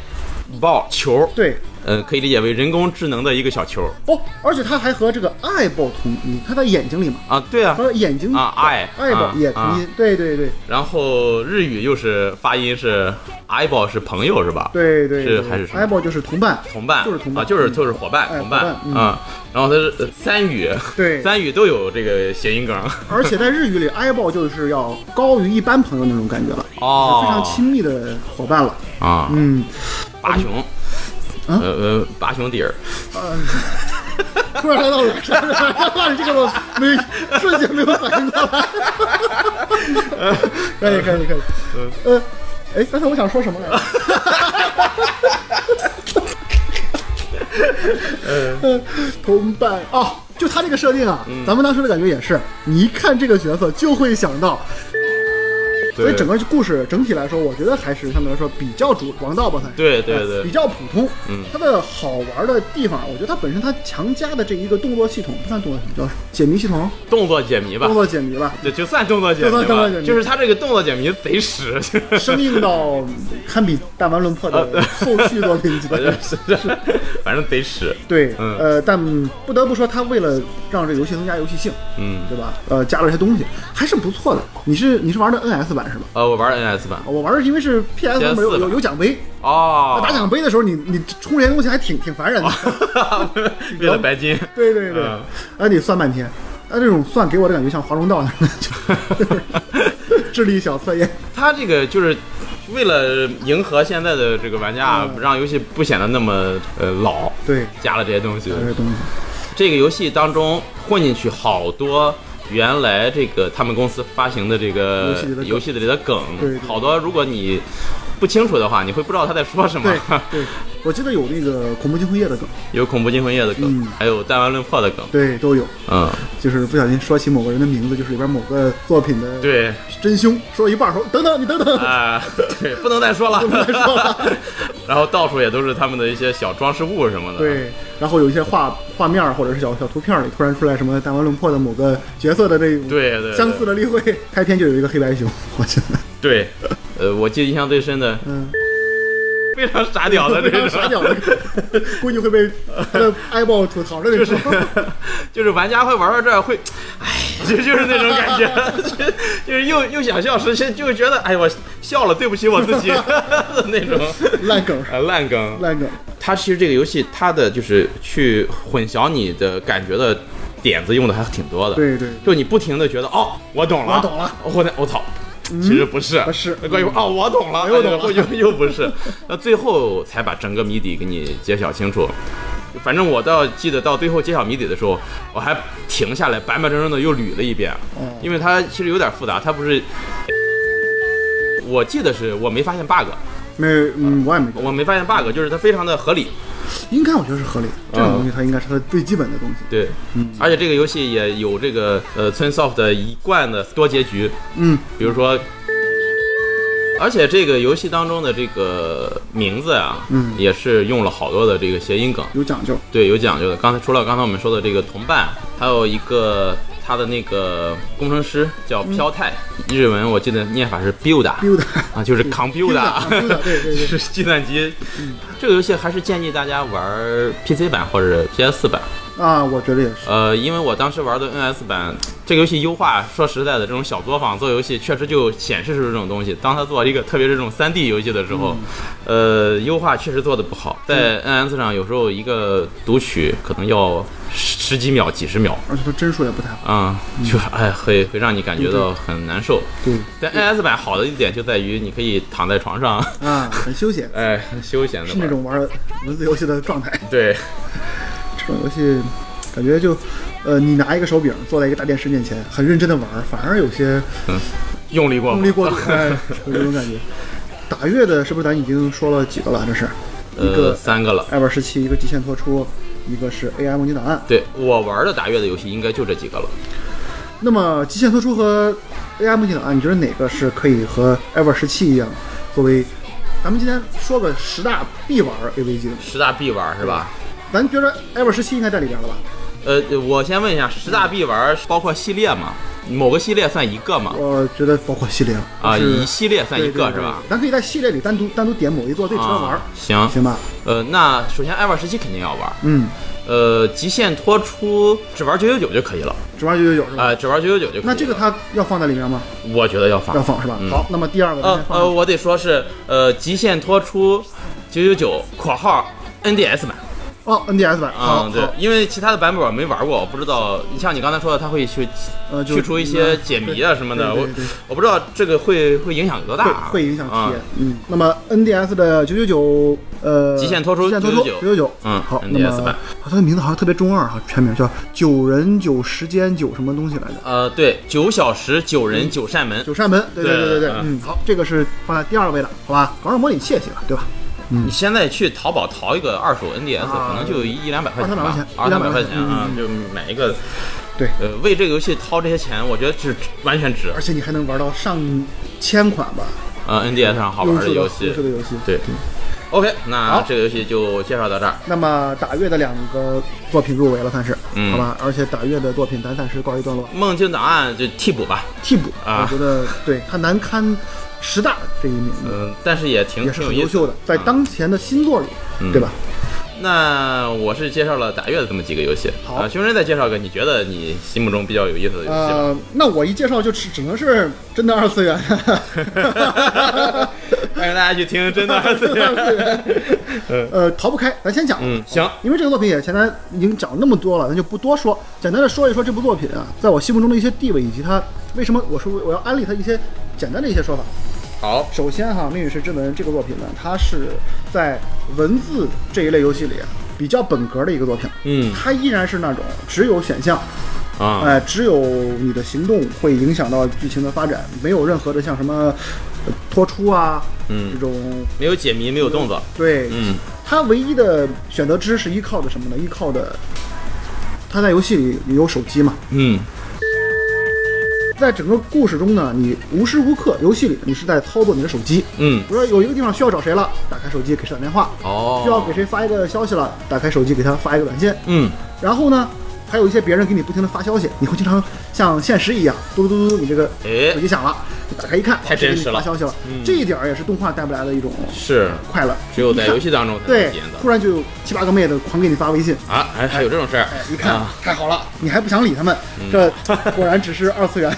[SPEAKER 1] ball 球，
[SPEAKER 2] 对
[SPEAKER 1] 呃，可以理解为人工智能的一个小球
[SPEAKER 2] 哦，而且它还和这个 eyeball 同音，它在眼睛里嘛，
[SPEAKER 1] 啊，对啊。
[SPEAKER 2] 和眼睛
[SPEAKER 1] 啊，eye，啊
[SPEAKER 2] eyeball 也同音，对对对
[SPEAKER 1] 然后日语又是发音是 eyeball 是朋友是吧？，
[SPEAKER 2] 对对，
[SPEAKER 1] 是
[SPEAKER 2] 对
[SPEAKER 1] 还是什么
[SPEAKER 2] eyeball 就是同伴，
[SPEAKER 1] 同伴
[SPEAKER 2] 就是同伴
[SPEAKER 1] 啊，就是就是伙伴
[SPEAKER 2] 哎
[SPEAKER 1] 同伴
[SPEAKER 2] 伙伴嗯
[SPEAKER 1] 啊。然后它是呃三语，
[SPEAKER 2] 对
[SPEAKER 1] 三语都有这个谐音梗
[SPEAKER 2] 而且在日语里 eyeball 就是要高于一般朋友那种感觉了，
[SPEAKER 1] 哦
[SPEAKER 2] 非常亲密的伙伴了，
[SPEAKER 1] 啊。
[SPEAKER 2] 嗯，啊
[SPEAKER 1] 八熊，呃呃，八熊底儿，
[SPEAKER 2] 突然来到了， 哇，你这个我没瞬间没有反应过来。可以可以可以，呃，哎，刚才我想说什么来着？呃， 同伴哦，就他这个设定啊，咱们当时的感觉也是，你一看这个角色就会想到，所以
[SPEAKER 1] 对
[SPEAKER 2] 整个故事整体来说，我觉得还是相对来说比较主王道吧，算是。
[SPEAKER 1] 对对
[SPEAKER 2] 呃比
[SPEAKER 1] 对，
[SPEAKER 2] 较普通。
[SPEAKER 1] 嗯
[SPEAKER 2] 它的好玩的地方，我觉得它本身它强加的这一个动作系统，不算动作系统，叫解谜系统，
[SPEAKER 1] 动作解谜吧
[SPEAKER 2] 动，作解 谜吧，
[SPEAKER 1] 就就算动作解
[SPEAKER 2] 就算
[SPEAKER 1] 谜
[SPEAKER 2] 动
[SPEAKER 1] 吧
[SPEAKER 2] 作解，谜
[SPEAKER 1] 就是它这个动作解谜贼实，
[SPEAKER 2] 生硬到堪比《弹丸论破》 的后续作品级的。
[SPEAKER 1] 是是， 反正贼实，
[SPEAKER 2] 对，
[SPEAKER 1] 嗯
[SPEAKER 2] 呃，但不得不说，它为了让这个游戏增加游戏性，
[SPEAKER 1] 嗯。
[SPEAKER 2] 对吧？呃，加了一些东西，还是不错的。你是你是玩的 NS 版是吧？
[SPEAKER 1] 呃，我玩 NS 版
[SPEAKER 2] 我玩的是因为是 PS 上面有
[SPEAKER 1] 版
[SPEAKER 2] 有有奖杯，
[SPEAKER 1] 哦，
[SPEAKER 2] 打奖杯的时候你你充这些东西还挺挺烦人的。
[SPEAKER 1] 为了白金，
[SPEAKER 2] 对对对，
[SPEAKER 1] 嗯
[SPEAKER 2] 啊，你算半天，啊，这种算给我的感觉像华容道那种感觉， 智力小测验。
[SPEAKER 1] 他这个就是为了迎合现在的这个玩家，让游戏不显得那么呃老，
[SPEAKER 2] 嗯对，
[SPEAKER 1] 加了这些东西
[SPEAKER 2] 这。些东西，
[SPEAKER 1] 这个游戏当中混进去好多。原来这个他们公司发行的这个
[SPEAKER 2] 游戏里的梗
[SPEAKER 1] 游戏里的梗
[SPEAKER 2] 对对，
[SPEAKER 1] 好多如果你不清楚的话，你会不知道他在说什么
[SPEAKER 2] 对。对，我记得有那个恐怖惊魂夜的梗，
[SPEAKER 1] 有恐怖惊魂夜的梗
[SPEAKER 2] 嗯，
[SPEAKER 1] 还有弹丸论破的梗，
[SPEAKER 2] 对，都有，
[SPEAKER 1] 嗯，
[SPEAKER 2] 就是不小心说起某个人的名字，就是里边某个作品的
[SPEAKER 1] 对，
[SPEAKER 2] 真凶，说一半说等等你等 等，
[SPEAKER 1] 啊，对，不能再说了，
[SPEAKER 2] 不能再说了
[SPEAKER 1] 然后到处也都是他们的一些小装饰物什么的。，
[SPEAKER 2] 对，然后有一些画画面儿或者是小小图片儿里突然出来什么弹丸论破的某个角色的这种
[SPEAKER 1] 对对对
[SPEAKER 2] 相似的例会，开篇就有一个黑白熊，我觉得，
[SPEAKER 1] 对，呃，我记得印象最深 的
[SPEAKER 2] 嗯。
[SPEAKER 1] 非常傻 屌的这
[SPEAKER 2] 傻
[SPEAKER 1] 种，
[SPEAKER 2] 鸟的， 估计会被他的 eyeball 吐槽的那种。
[SPEAKER 1] 就是玩家会玩到这儿会，哎，就就是那种感觉，就就是又又想笑时，就就觉得哎我笑了，对不起我自己的那种。
[SPEAKER 2] 烂梗，
[SPEAKER 1] 啊，烂梗！
[SPEAKER 2] 烂梗，
[SPEAKER 1] 它其实这个游戏，它的就是去混淆你的感觉的点子用的还挺多的。
[SPEAKER 2] 对对，
[SPEAKER 1] 就你不停的觉得哦，我懂了，
[SPEAKER 2] 我懂了，嗯
[SPEAKER 1] 我我操，其实不是，
[SPEAKER 2] 不是
[SPEAKER 1] 关于哦，我懂了，
[SPEAKER 2] 哎我懂了
[SPEAKER 1] 然后又又不是， 那最后才把整个谜底给你揭晓清楚。反正我到记得到最后揭晓谜底的时候，我还停下来，板板正正的又捋了一遍，
[SPEAKER 2] 哦
[SPEAKER 1] 因为它其实有点复杂，它不是。我记得是我没发现 bug，
[SPEAKER 2] 没嗯，我也没觉得，
[SPEAKER 1] 我没发现 bug，就是它非常的合理，
[SPEAKER 2] 应该我觉得是合理的，
[SPEAKER 1] 嗯
[SPEAKER 2] 这种东西它应该是它最基本的东西。
[SPEAKER 1] 对，
[SPEAKER 2] 嗯
[SPEAKER 1] 而且这个游戏也有这个呃 Twinsoft 的一贯的多结局，
[SPEAKER 2] 嗯，
[SPEAKER 1] 比如说，而且这个游戏当中的这个名字啊，
[SPEAKER 2] 嗯
[SPEAKER 1] 也是用了好多的这个谐音梗，
[SPEAKER 2] 有讲究，
[SPEAKER 1] 对，有讲究的。刚才除了刚才我们说的这个同伴，还有一个他的那个工程师叫飘太，
[SPEAKER 2] 嗯
[SPEAKER 1] 日文我记得念法是 builda
[SPEAKER 2] 丢的，
[SPEAKER 1] 啊，就是
[SPEAKER 2] 丢
[SPEAKER 1] compute
[SPEAKER 2] 的， 丢的，对对
[SPEAKER 1] 就
[SPEAKER 2] 对。
[SPEAKER 1] 是
[SPEAKER 2] 嗯
[SPEAKER 1] 计算机，这个游戏还是建议大家玩 PC 版或者 PS 版，
[SPEAKER 2] 啊，我觉得也是。
[SPEAKER 1] 呃，因为我当时玩的 NS 版，这个游戏优化，说实在的，这种小作坊做游戏确实就显示出这种东西。当他做一个特别是这种 3D 游戏的时候，呃，优化确实做的不好，在 NS 上有时候一个读取可能要十十几秒、几十秒
[SPEAKER 2] 而且它帧数也不太好。
[SPEAKER 1] 啊、就哎会会让你感觉到很难受。
[SPEAKER 2] 对，
[SPEAKER 1] 但 NS 版好的一点就在于你可以躺在床上，
[SPEAKER 2] 啊，很 休闲，
[SPEAKER 1] 哎，休闲的
[SPEAKER 2] 是那种玩文字游戏的状态。
[SPEAKER 1] 对嗯
[SPEAKER 2] 这种游戏感觉就，呃，你拿一个手柄坐在一个大电视面前，很认真的玩，反而有些
[SPEAKER 1] 用力过
[SPEAKER 2] 用
[SPEAKER 1] 猛
[SPEAKER 2] 力过度， 哎，有这种感觉。打月的是不是咱已经说了几个了？这是一
[SPEAKER 1] 呃
[SPEAKER 2] 个
[SPEAKER 1] 三个了。
[SPEAKER 2] 《艾尔十七》，一个《极限脱出》，一个是《AI 梦境档案》。
[SPEAKER 1] 对我玩的打月的游戏应该就这几个了。
[SPEAKER 2] 那么《极限脱出》和 AI 梦境档案，你觉得哪个是可以和 Ever 十七一样，作为咱们今天说个十大必玩 AVG 的？
[SPEAKER 1] 十大必玩是吧？
[SPEAKER 2] 咱觉得 Ever 十七应该在里边了吧？
[SPEAKER 1] 呃，我先问一下，十大必玩儿包括系列吗？某个系列算一个吗？
[SPEAKER 2] 我觉得包括系列
[SPEAKER 1] 啊，
[SPEAKER 2] 就是
[SPEAKER 1] 一系列算一个
[SPEAKER 2] 对对对
[SPEAKER 1] 是吧？
[SPEAKER 2] 咱可以在系列里单独单独点某一座最值得玩
[SPEAKER 1] 啊，，行，
[SPEAKER 2] 行吧？
[SPEAKER 1] 呃，那首先《艾尔十七》肯定要玩儿，
[SPEAKER 2] 嗯，
[SPEAKER 1] 呃，《极限脱出》只玩九九九就可以了，
[SPEAKER 2] 只玩九九九是吧？
[SPEAKER 1] 啊、只玩九九九就可以了。
[SPEAKER 2] 那这个它要放在里面吗？
[SPEAKER 1] 我觉得要放
[SPEAKER 2] 要，放是吧？好，那么第二个咱
[SPEAKER 1] 呃
[SPEAKER 2] 先放
[SPEAKER 1] 呃，我得说是呃，《极限脱出》九九九（括号 NDS 版）。
[SPEAKER 2] 哦，NDS 版，好，
[SPEAKER 1] 嗯，对
[SPEAKER 2] 好，，
[SPEAKER 1] 因为其他的版本我没玩过，我不知道。你像你刚才说的，它会去
[SPEAKER 2] 呃，就
[SPEAKER 1] 去除一些解谜啊什么的，
[SPEAKER 2] 对
[SPEAKER 1] 我
[SPEAKER 2] 对对
[SPEAKER 1] 我不知道这个会会影响有多大
[SPEAKER 2] 会
[SPEAKER 1] 啊，
[SPEAKER 2] 会影响体
[SPEAKER 1] 啊
[SPEAKER 2] 验。嗯，那么 NDS 的九九九，呃，
[SPEAKER 1] 极限脱出
[SPEAKER 2] 极限脱出
[SPEAKER 1] 999
[SPEAKER 2] 九九九，
[SPEAKER 1] 嗯
[SPEAKER 2] 好，那
[SPEAKER 1] NDS
[SPEAKER 2] 么
[SPEAKER 1] 版
[SPEAKER 2] 啊它的名字好像特别中二哈，全名叫九人九时间九什么东西来着？
[SPEAKER 1] 呃，对，九小时九人九扇门，
[SPEAKER 2] 九扇门，对对
[SPEAKER 1] 对
[SPEAKER 2] 对对对，
[SPEAKER 1] 嗯
[SPEAKER 2] 嗯，好，这个是放在第二位了，好吧？搞点模拟器也行，啊对吧？
[SPEAKER 1] 你现在去淘宝淘一个二手 NDS，
[SPEAKER 2] 嗯啊
[SPEAKER 1] 可能就一一两百块钱吧，
[SPEAKER 2] 二
[SPEAKER 1] 二
[SPEAKER 2] 三
[SPEAKER 1] 三
[SPEAKER 2] 百
[SPEAKER 1] 百
[SPEAKER 2] 块
[SPEAKER 1] 块
[SPEAKER 2] 钱
[SPEAKER 1] 钱
[SPEAKER 2] 嗯
[SPEAKER 1] 啊，就买一个。
[SPEAKER 2] 对
[SPEAKER 1] 呃，为这个游戏掏这些钱，我觉得是完全值
[SPEAKER 2] 而。且你还能玩到上千款吧，
[SPEAKER 1] 呃，NDS 上好玩
[SPEAKER 2] 优
[SPEAKER 1] 的
[SPEAKER 2] 秀
[SPEAKER 1] 游
[SPEAKER 2] 优
[SPEAKER 1] 戏
[SPEAKER 2] 秀，的游戏。
[SPEAKER 1] 对。OK，那
[SPEAKER 2] 好
[SPEAKER 1] 这个游戏就介绍到这儿。
[SPEAKER 2] 那么打月的两个作品入围了，算是，
[SPEAKER 1] 嗯
[SPEAKER 2] 好吧？而且打月的作品咱暂时告一段落，
[SPEAKER 1] 梦境档案就替补吧，
[SPEAKER 2] 替补，
[SPEAKER 1] 啊
[SPEAKER 2] 我觉得对它难堪十大这一名。
[SPEAKER 1] 嗯、但是也挺
[SPEAKER 2] 也是
[SPEAKER 1] 挺有
[SPEAKER 2] 很
[SPEAKER 1] 意
[SPEAKER 2] 优
[SPEAKER 1] 思啊嗯
[SPEAKER 2] 秀的，在当前的新作里，对吧？
[SPEAKER 1] 那我是介绍了打月的这么几个游戏，
[SPEAKER 2] 好
[SPEAKER 1] 啊，熊仁再介绍个你觉得你心目中比较有意思的游戏吧。
[SPEAKER 2] 呃，那我一介绍就只只能是真的二次元，
[SPEAKER 1] 欢迎大家去听，真的二次元。
[SPEAKER 2] 呃，逃不开。咱先讲，
[SPEAKER 1] 嗯，行，
[SPEAKER 2] 因为这个作品也前咱已经讲那么多了，咱就不多说，简单的说一说这部作品啊，在我心目中的一些地位以及它为什么我说我要安利它一些简单的一些说法。
[SPEAKER 1] 好，
[SPEAKER 2] 首先哈，《命运石之门》这个作品呢，它是在文字这一类游戏里啊比较本格的一个作品，
[SPEAKER 1] 嗯
[SPEAKER 2] 它依然是那种只有选项，
[SPEAKER 1] 啊，
[SPEAKER 2] 哎，只有你的行动会影响到剧情的发展，没有任何的像什么呃脱出啊，
[SPEAKER 1] 嗯
[SPEAKER 2] 这种
[SPEAKER 1] 没有解谜，没有动作，
[SPEAKER 2] 对，
[SPEAKER 1] 嗯
[SPEAKER 2] 它唯一的选择之是依靠的什么呢？依靠的，它在游戏里有手机嘛，
[SPEAKER 1] 嗯
[SPEAKER 2] 在整个故事中呢，你无时无刻游戏里你是在操作你的手机，
[SPEAKER 1] 嗯，
[SPEAKER 2] 比如说有一个地方需要找谁了，打开手机给谁打电话，需要
[SPEAKER 1] 哦，
[SPEAKER 2] 给谁发一个消息了，打开手机给他发一个短信，
[SPEAKER 1] 嗯
[SPEAKER 2] 然后呢，还有一些别人给你不停的发消息，你会经常像现实一样，嘟嘟嘟嘟，你这个
[SPEAKER 1] 哎
[SPEAKER 2] 手机响了，你打开一看，
[SPEAKER 1] 太真实了
[SPEAKER 2] 发消息了。这一点儿也是动画带不来的一种
[SPEAKER 1] 是，
[SPEAKER 2] 快乐，
[SPEAKER 1] 只有在
[SPEAKER 2] 一看
[SPEAKER 1] 游戏当中才能
[SPEAKER 2] 对
[SPEAKER 1] 体验，到
[SPEAKER 2] 突然就有七八个妹子狂给你发 微信，
[SPEAKER 1] 啊，还还有这种事儿
[SPEAKER 2] 哎，一看
[SPEAKER 1] 啊
[SPEAKER 2] 太好了，你还不想理他们，
[SPEAKER 1] 嗯
[SPEAKER 2] 这果然只是二 次元，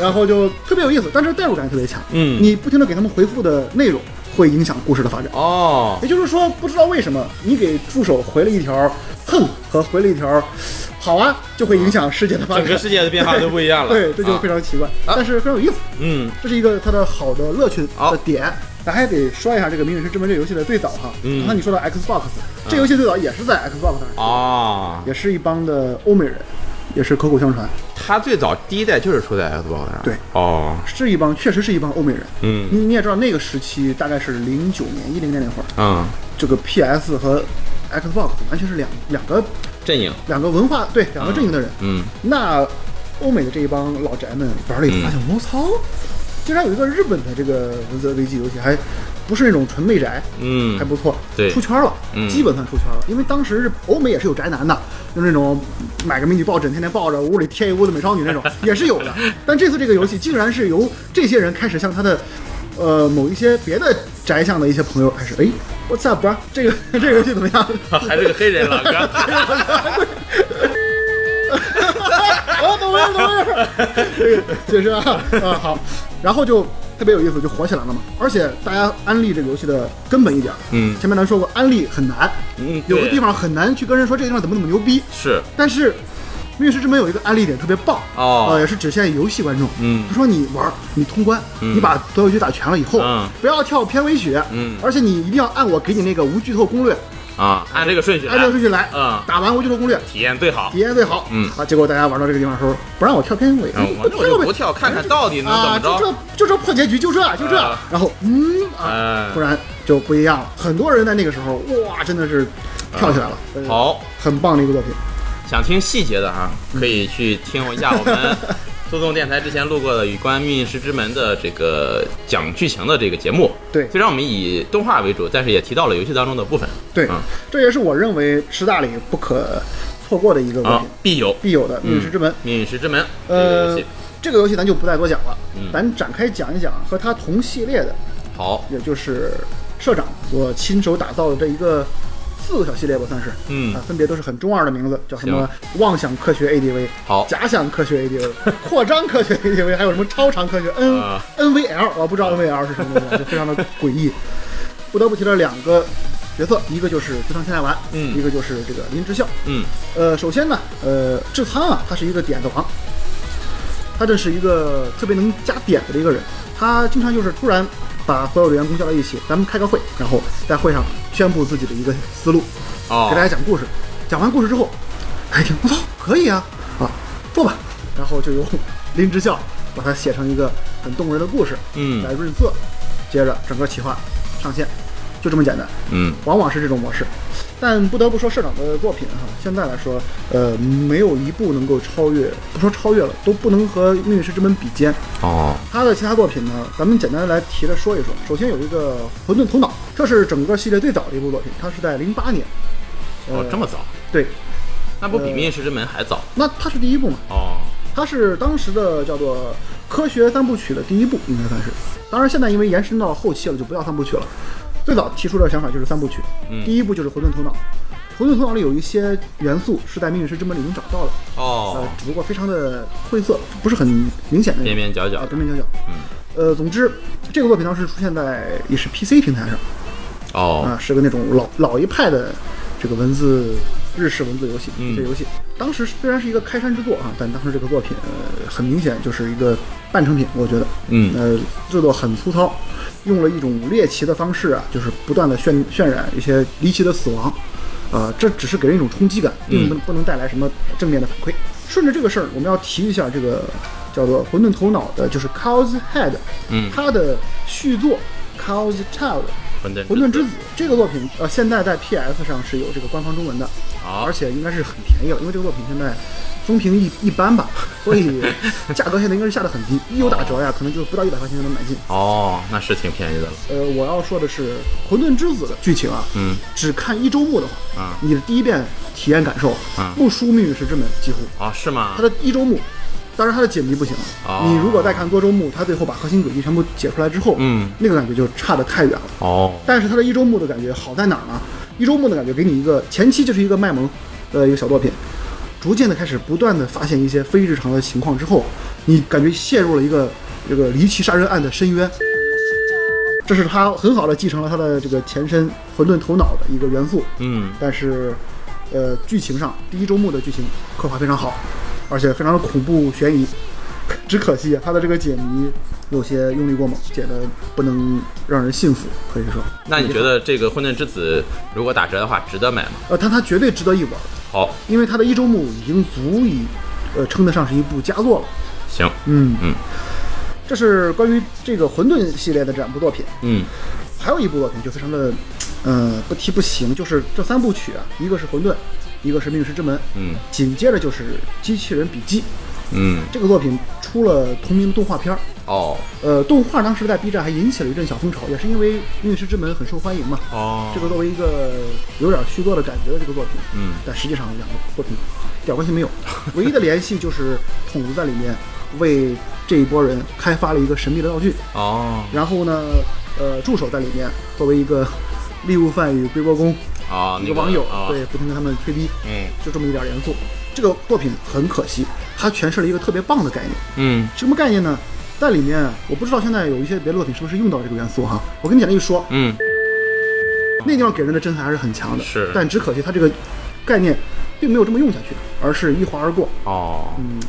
[SPEAKER 2] 然后就特别有意思，但是代入感特别强。
[SPEAKER 1] 嗯
[SPEAKER 2] 你不停的给他们回复的内容，会影响故事的发展。
[SPEAKER 1] 哦，
[SPEAKER 2] 也就是说，不知道为什么你给助手回了一条“哼”和回了一条“好啊”，就会影响世界的发
[SPEAKER 1] 整个
[SPEAKER 2] 展。
[SPEAKER 1] 世界的变化就不一样了。
[SPEAKER 2] 对，这就
[SPEAKER 1] 啊
[SPEAKER 2] 非常奇怪，但是非常有意思。
[SPEAKER 1] 嗯
[SPEAKER 2] 这是一个它的好的乐趣
[SPEAKER 1] 好
[SPEAKER 2] 的点。咱还得说一下这个《明日之门》这游戏的最早哈，
[SPEAKER 1] 嗯
[SPEAKER 2] 刚才你说到 Xbox，这游戏最早也是在 Xbox 上，
[SPEAKER 1] 哦，
[SPEAKER 2] 也是一帮的欧美人，也是口口相传，
[SPEAKER 1] 它最早第一代就是出在 Xbox 上。
[SPEAKER 2] 对，
[SPEAKER 1] 哦，
[SPEAKER 2] 是一帮确实是一帮欧美人。
[SPEAKER 1] 嗯
[SPEAKER 2] 你你也知道那个时期大概是零九年、一零年那会儿，
[SPEAKER 1] 嗯，
[SPEAKER 2] 这个 PS 和 Xbox 完全是两两个
[SPEAKER 1] 阵营，
[SPEAKER 2] 两个文化对两个阵营的人。
[SPEAKER 1] 嗯
[SPEAKER 2] 那欧美的这一帮老宅们玩了以后
[SPEAKER 1] 嗯
[SPEAKER 2] 发现，哎我操，竟然有一个日本的这个文字危机游戏，还不是那种纯媚宅，
[SPEAKER 1] 嗯
[SPEAKER 2] 还，不错，
[SPEAKER 1] 对
[SPEAKER 2] 出圈了，
[SPEAKER 1] 嗯
[SPEAKER 2] 基本算出圈了。因为当时是欧美也是有宅男的，就是那种买个美女抱枕，天天抱着，屋里贴一屋子美少女那 种也是有的。但这次这个游戏竟然是由这些人开始向他的。呃，某一些别的宅向的一些朋友开始，哎，What's up，bro？这个 这个游戏怎么样？
[SPEAKER 1] 还是个黑人老哥。
[SPEAKER 2] 啊，等会儿，等会儿， 这个解释啊，啊好，然后就特别有意思，就火起来了嘛。而且大家安利这个游戏的根本一点儿，
[SPEAKER 1] 嗯
[SPEAKER 2] 前面咱说过，安利很难，
[SPEAKER 1] 嗯，
[SPEAKER 2] 有的
[SPEAKER 1] 对
[SPEAKER 2] 地方很难去跟人说这个地方怎么怎么牛逼，
[SPEAKER 1] 是
[SPEAKER 2] 但是《密室之门》有一个安利点特别棒。呃，
[SPEAKER 1] 哦，
[SPEAKER 2] 也是只限游戏观众。
[SPEAKER 1] 嗯
[SPEAKER 2] 他说你玩儿，你通关，
[SPEAKER 1] 嗯
[SPEAKER 2] 你把所有局打全了以后，
[SPEAKER 1] 嗯
[SPEAKER 2] 不要跳片尾曲，
[SPEAKER 1] 嗯
[SPEAKER 2] 而且你一定要按我给你那个无剧透攻略，
[SPEAKER 1] 啊，按这个顺序来
[SPEAKER 2] 按，这个顺序来，
[SPEAKER 1] 嗯
[SPEAKER 2] 打完无剧透攻略，
[SPEAKER 1] 体验最好
[SPEAKER 2] 体。验最好。
[SPEAKER 1] 嗯
[SPEAKER 2] 啊，结果大家玩到这个地方的时候，不让我跳片尾，
[SPEAKER 1] 嗯，我
[SPEAKER 2] 我
[SPEAKER 1] 我就不
[SPEAKER 2] 哎跳
[SPEAKER 1] 跳，看看到底
[SPEAKER 2] 片尾
[SPEAKER 1] 能怎么
[SPEAKER 2] 啊，就
[SPEAKER 1] 着。
[SPEAKER 2] 这就这破结局，就这就这
[SPEAKER 1] 啊，
[SPEAKER 2] 然后嗯啊，
[SPEAKER 1] 哎
[SPEAKER 2] 突，然就不一样了。很多人在那个时候，哇，真的是跳起来了，呃，
[SPEAKER 1] 哎好，
[SPEAKER 2] 很棒的一个作品。
[SPEAKER 1] 想听细节的啊，可
[SPEAKER 2] 嗯
[SPEAKER 1] 以去听一下我 们速纵电台之前录过的有关《命运石之门》的这个讲剧情的这个节目。
[SPEAKER 2] 对
[SPEAKER 1] 虽然我们以动画为主，但是也提到了游戏当中的部分
[SPEAKER 2] 对
[SPEAKER 1] 嗯，
[SPEAKER 2] 这也是我认为师大里不可错过的一个作
[SPEAKER 1] 啊
[SPEAKER 2] 品，，
[SPEAKER 1] 必有《
[SPEAKER 2] 必有的《
[SPEAKER 1] 嗯
[SPEAKER 2] 命运石之门》。
[SPEAKER 1] 命运石之门》这个游
[SPEAKER 2] 呃
[SPEAKER 1] 戏。，
[SPEAKER 2] 这个游戏咱就不再多讲了
[SPEAKER 1] 嗯，
[SPEAKER 2] 咱展开讲一讲和它同系列的，
[SPEAKER 1] 好，
[SPEAKER 2] 也就是社长所亲手打造的这一个四个小系列吧，算是。
[SPEAKER 1] 嗯
[SPEAKER 2] 啊，，分别都是很中二的名字，叫什
[SPEAKER 1] 行
[SPEAKER 2] 么妄想科学 ADV、
[SPEAKER 1] 好，
[SPEAKER 2] 假想科 学 ADV、扩张科学 ADV，还有什么超常科学 N、
[SPEAKER 1] 啊
[SPEAKER 2] NVL，我不知道 NVL 是什么 东西，就非常的诡异。不得不提的两个角色，一个就是志仓千代丸，
[SPEAKER 1] 嗯
[SPEAKER 2] 一个就是这个林之孝。
[SPEAKER 1] 嗯，
[SPEAKER 2] 呃，首先呢，呃，志仓啊，他是一个点子王，他这是一个特别能加点子的一个人，他经常就是突然把所有的员工叫到一起，咱们开个会，然后在会上宣布自己的一个思路，给大
[SPEAKER 1] 哦，
[SPEAKER 2] 家讲故事。讲完故事之后，哎，一听我操，可以啊，啊，做吧。然后就由 林之孝把它写成一个很动人的故事，
[SPEAKER 1] 嗯
[SPEAKER 2] 来润色，接着整个企划上线，就这么简单。
[SPEAKER 1] 嗯，
[SPEAKER 2] 往往是这种模式。但不得不说，社长的作品哈，现在来说，呃，没有一部能够超越，不说超越了，都不能和《命运石之门》比肩。
[SPEAKER 1] 哦，
[SPEAKER 2] 他的其他作品呢，咱们简单来提了说一说。首先有一个《混沌头脑》，这是整个系列最早的一部作品，它是在零八年。呃
[SPEAKER 1] 哦，这么早，
[SPEAKER 2] 对，
[SPEAKER 1] 那不比
[SPEAKER 2] 呃
[SPEAKER 1] 《命运石之门》还早？
[SPEAKER 2] 那它是第一部嘛？
[SPEAKER 1] 哦，
[SPEAKER 2] 它是当时的叫做科学三部曲的第一部，应该算是。当然，现在因为延伸到后期了，就不叫三部曲了。最早提出的想法就是三部曲，
[SPEAKER 1] 嗯
[SPEAKER 2] 第一部就是《混沌头脑》。《混沌头脑》里有一些元素是在《命运石之门》里能找到的，呃
[SPEAKER 1] 哦，，
[SPEAKER 2] 只不过非常的晦涩，不是很明显的
[SPEAKER 1] 边边角角
[SPEAKER 2] 啊，，边边角角。嗯，呃，总之，这个作品当时出现在也是 PC 平台上
[SPEAKER 1] 哦，
[SPEAKER 2] 啊，是个那种老老一派的这个文字日式文字游戏，
[SPEAKER 1] 嗯
[SPEAKER 2] 这游戏当时虽然是一个开山之作啊，但当时这个作品、呃、很明显就是一个半成品，我觉得，
[SPEAKER 1] 嗯
[SPEAKER 2] 呃，制作很粗糙，用了一种猎奇的方式啊，就是不断的渲渲染一些离奇的死亡，啊，这只是给人一种冲击感，
[SPEAKER 1] 嗯
[SPEAKER 2] 并不能不能带来什么正面的反馈。顺着这个事儿，我们要提一下这个叫做《混沌头脑》的，就是 Cow's Head，
[SPEAKER 1] 嗯
[SPEAKER 2] 它的续作 Cow's Child。
[SPEAKER 1] 混沌
[SPEAKER 2] 《混沌之子》这个作品，呃，现在在 PS 上是有这个官方中文的，
[SPEAKER 1] 好
[SPEAKER 2] 而，且应该是很便宜了，因为这个作品现在风评一一般吧， 所以价格现在应该是下得很低，一有打折呀，可能就不到一百块钱就能买进。
[SPEAKER 1] 哦，那是挺便宜的了，
[SPEAKER 2] 呃，我要说的是，《混沌之子》的剧情啊，
[SPEAKER 1] 嗯，
[SPEAKER 2] 只看一周目的话，
[SPEAKER 1] 啊
[SPEAKER 2] 你的第一遍体验感受
[SPEAKER 1] 啊
[SPEAKER 2] 不输《命运石之门》，几乎
[SPEAKER 1] 哦，是吗
[SPEAKER 2] 它？的一周目。当然，它的解谜不行。
[SPEAKER 1] 哦
[SPEAKER 2] 你如果再看多周目，它最后把核心轨迹全部解出来之后，
[SPEAKER 1] 嗯
[SPEAKER 2] 那个感觉就差得太远了。
[SPEAKER 1] 哦，
[SPEAKER 2] 但是它的一周目的感觉好在哪儿呢？一周目的感觉给你一个前期就是一个卖萌的一个小作品，逐渐的开始不断的发现一些非日常的情况之后，你感觉陷入了一个这个离奇杀人案的深渊。这是他很好的继承了他的这个前身《混沌头脑》的一个元素，
[SPEAKER 1] 嗯，
[SPEAKER 2] 但是，呃，剧情上第一周目的剧情刻画非常好，而且非常的恐怖悬疑。只可惜他的这个解谜有些用力过猛，解的不能让人信服，可以说。
[SPEAKER 1] 那你觉得这个混沌之子如果打折的话，值得买吗？哦
[SPEAKER 2] 呃，但它绝对值得一玩，
[SPEAKER 1] 好，
[SPEAKER 2] 因为它的一周目已经足以，呃，称得上是一部佳作了。
[SPEAKER 1] 行，
[SPEAKER 2] 嗯
[SPEAKER 1] 嗯，
[SPEAKER 2] 这是关于这个混沌系列的这两部作品。
[SPEAKER 1] 嗯
[SPEAKER 2] 还有一部作品就非常的，呃，不提不行，就是这三部曲啊，一个是混沌，一个是命运石之门，
[SPEAKER 1] 嗯
[SPEAKER 2] 紧接着就是《机器人笔记》
[SPEAKER 1] 嗯，
[SPEAKER 2] 这个作品出了同名动画片儿。
[SPEAKER 1] 哦
[SPEAKER 2] 呃，动画当时在 B 站还引起了一阵小风潮，也是因为《命运石之门》很受欢迎嘛。
[SPEAKER 1] 哦
[SPEAKER 2] 这个作为一个有点虚构的感觉的这个作品，
[SPEAKER 1] 嗯
[SPEAKER 2] 但实际上两个作品一点关 系没有，唯一的联系就是筒子在里面为这一波人开发了一个神秘的道具，
[SPEAKER 1] 哦
[SPEAKER 2] 然后呢，呃，助手在里面作为一个 利物犯与归国公
[SPEAKER 1] 哦，
[SPEAKER 2] 一
[SPEAKER 1] 那
[SPEAKER 2] 个网友，
[SPEAKER 1] 哦
[SPEAKER 2] 对，不停跟他们吹逼，
[SPEAKER 1] 嗯
[SPEAKER 2] 就这么一点元素。这个作品很可惜，它诠释了一个特别棒的概念。
[SPEAKER 1] 嗯
[SPEAKER 2] 什么概念呢？在里面，我不知道现在有一些别的作品是不是用到这个元素哈。我跟你简单一说，
[SPEAKER 1] 嗯，
[SPEAKER 2] 那地方给人的震撼还是很强的，
[SPEAKER 1] 是
[SPEAKER 2] 但只可惜它这个概念并没有这么用下去，而是一划而过。
[SPEAKER 1] 哦
[SPEAKER 2] 嗯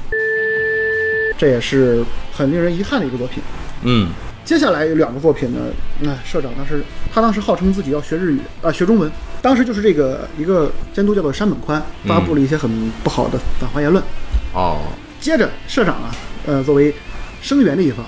[SPEAKER 2] 这也是很令人遗憾的一个作品。
[SPEAKER 1] 嗯
[SPEAKER 2] 接下来有两个作品呢，那社长当时他当时号称自己要学日语啊、学中文，当时就是这个一个监督叫做山本宽发布了一些很不好的反华言论。
[SPEAKER 1] 哦
[SPEAKER 2] 接着社长啊，呃，作为声援的一方，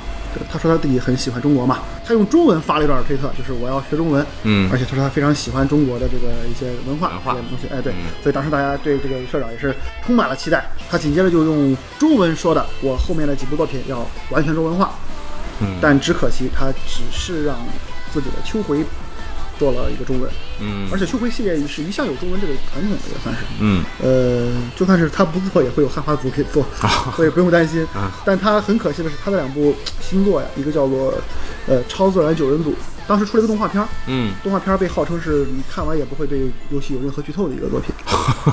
[SPEAKER 2] 他说他自己很喜欢中国嘛，他用中文发了一段推特，就是我要学中文，
[SPEAKER 1] 嗯
[SPEAKER 2] 而且他说他非常喜欢中国的这个一些文化
[SPEAKER 1] 文化
[SPEAKER 2] 这些东西，哎，对，
[SPEAKER 1] 嗯
[SPEAKER 2] 所以当时大家对这个社长也是充满了期待。他紧接着就用中文说的，我后面的几部作品要完全中文化，
[SPEAKER 1] 嗯
[SPEAKER 2] 但只可惜他只是让自己的秋回做了一个中文，
[SPEAKER 1] 嗯
[SPEAKER 2] 而且秋回系列是一向有中文这个传统的，也算是，
[SPEAKER 1] 嗯
[SPEAKER 2] 呃，就算是他不做，也会有汉化组给做，
[SPEAKER 1] 啊
[SPEAKER 2] 所以不用担心。但他很可惜的是，他的两部新作呀，一个叫做呃《超自然九人组》，当时出了一个动画片儿，
[SPEAKER 1] 嗯
[SPEAKER 2] 动画片儿被号称是你看完也不会对游戏有任何剧透的一个 作品，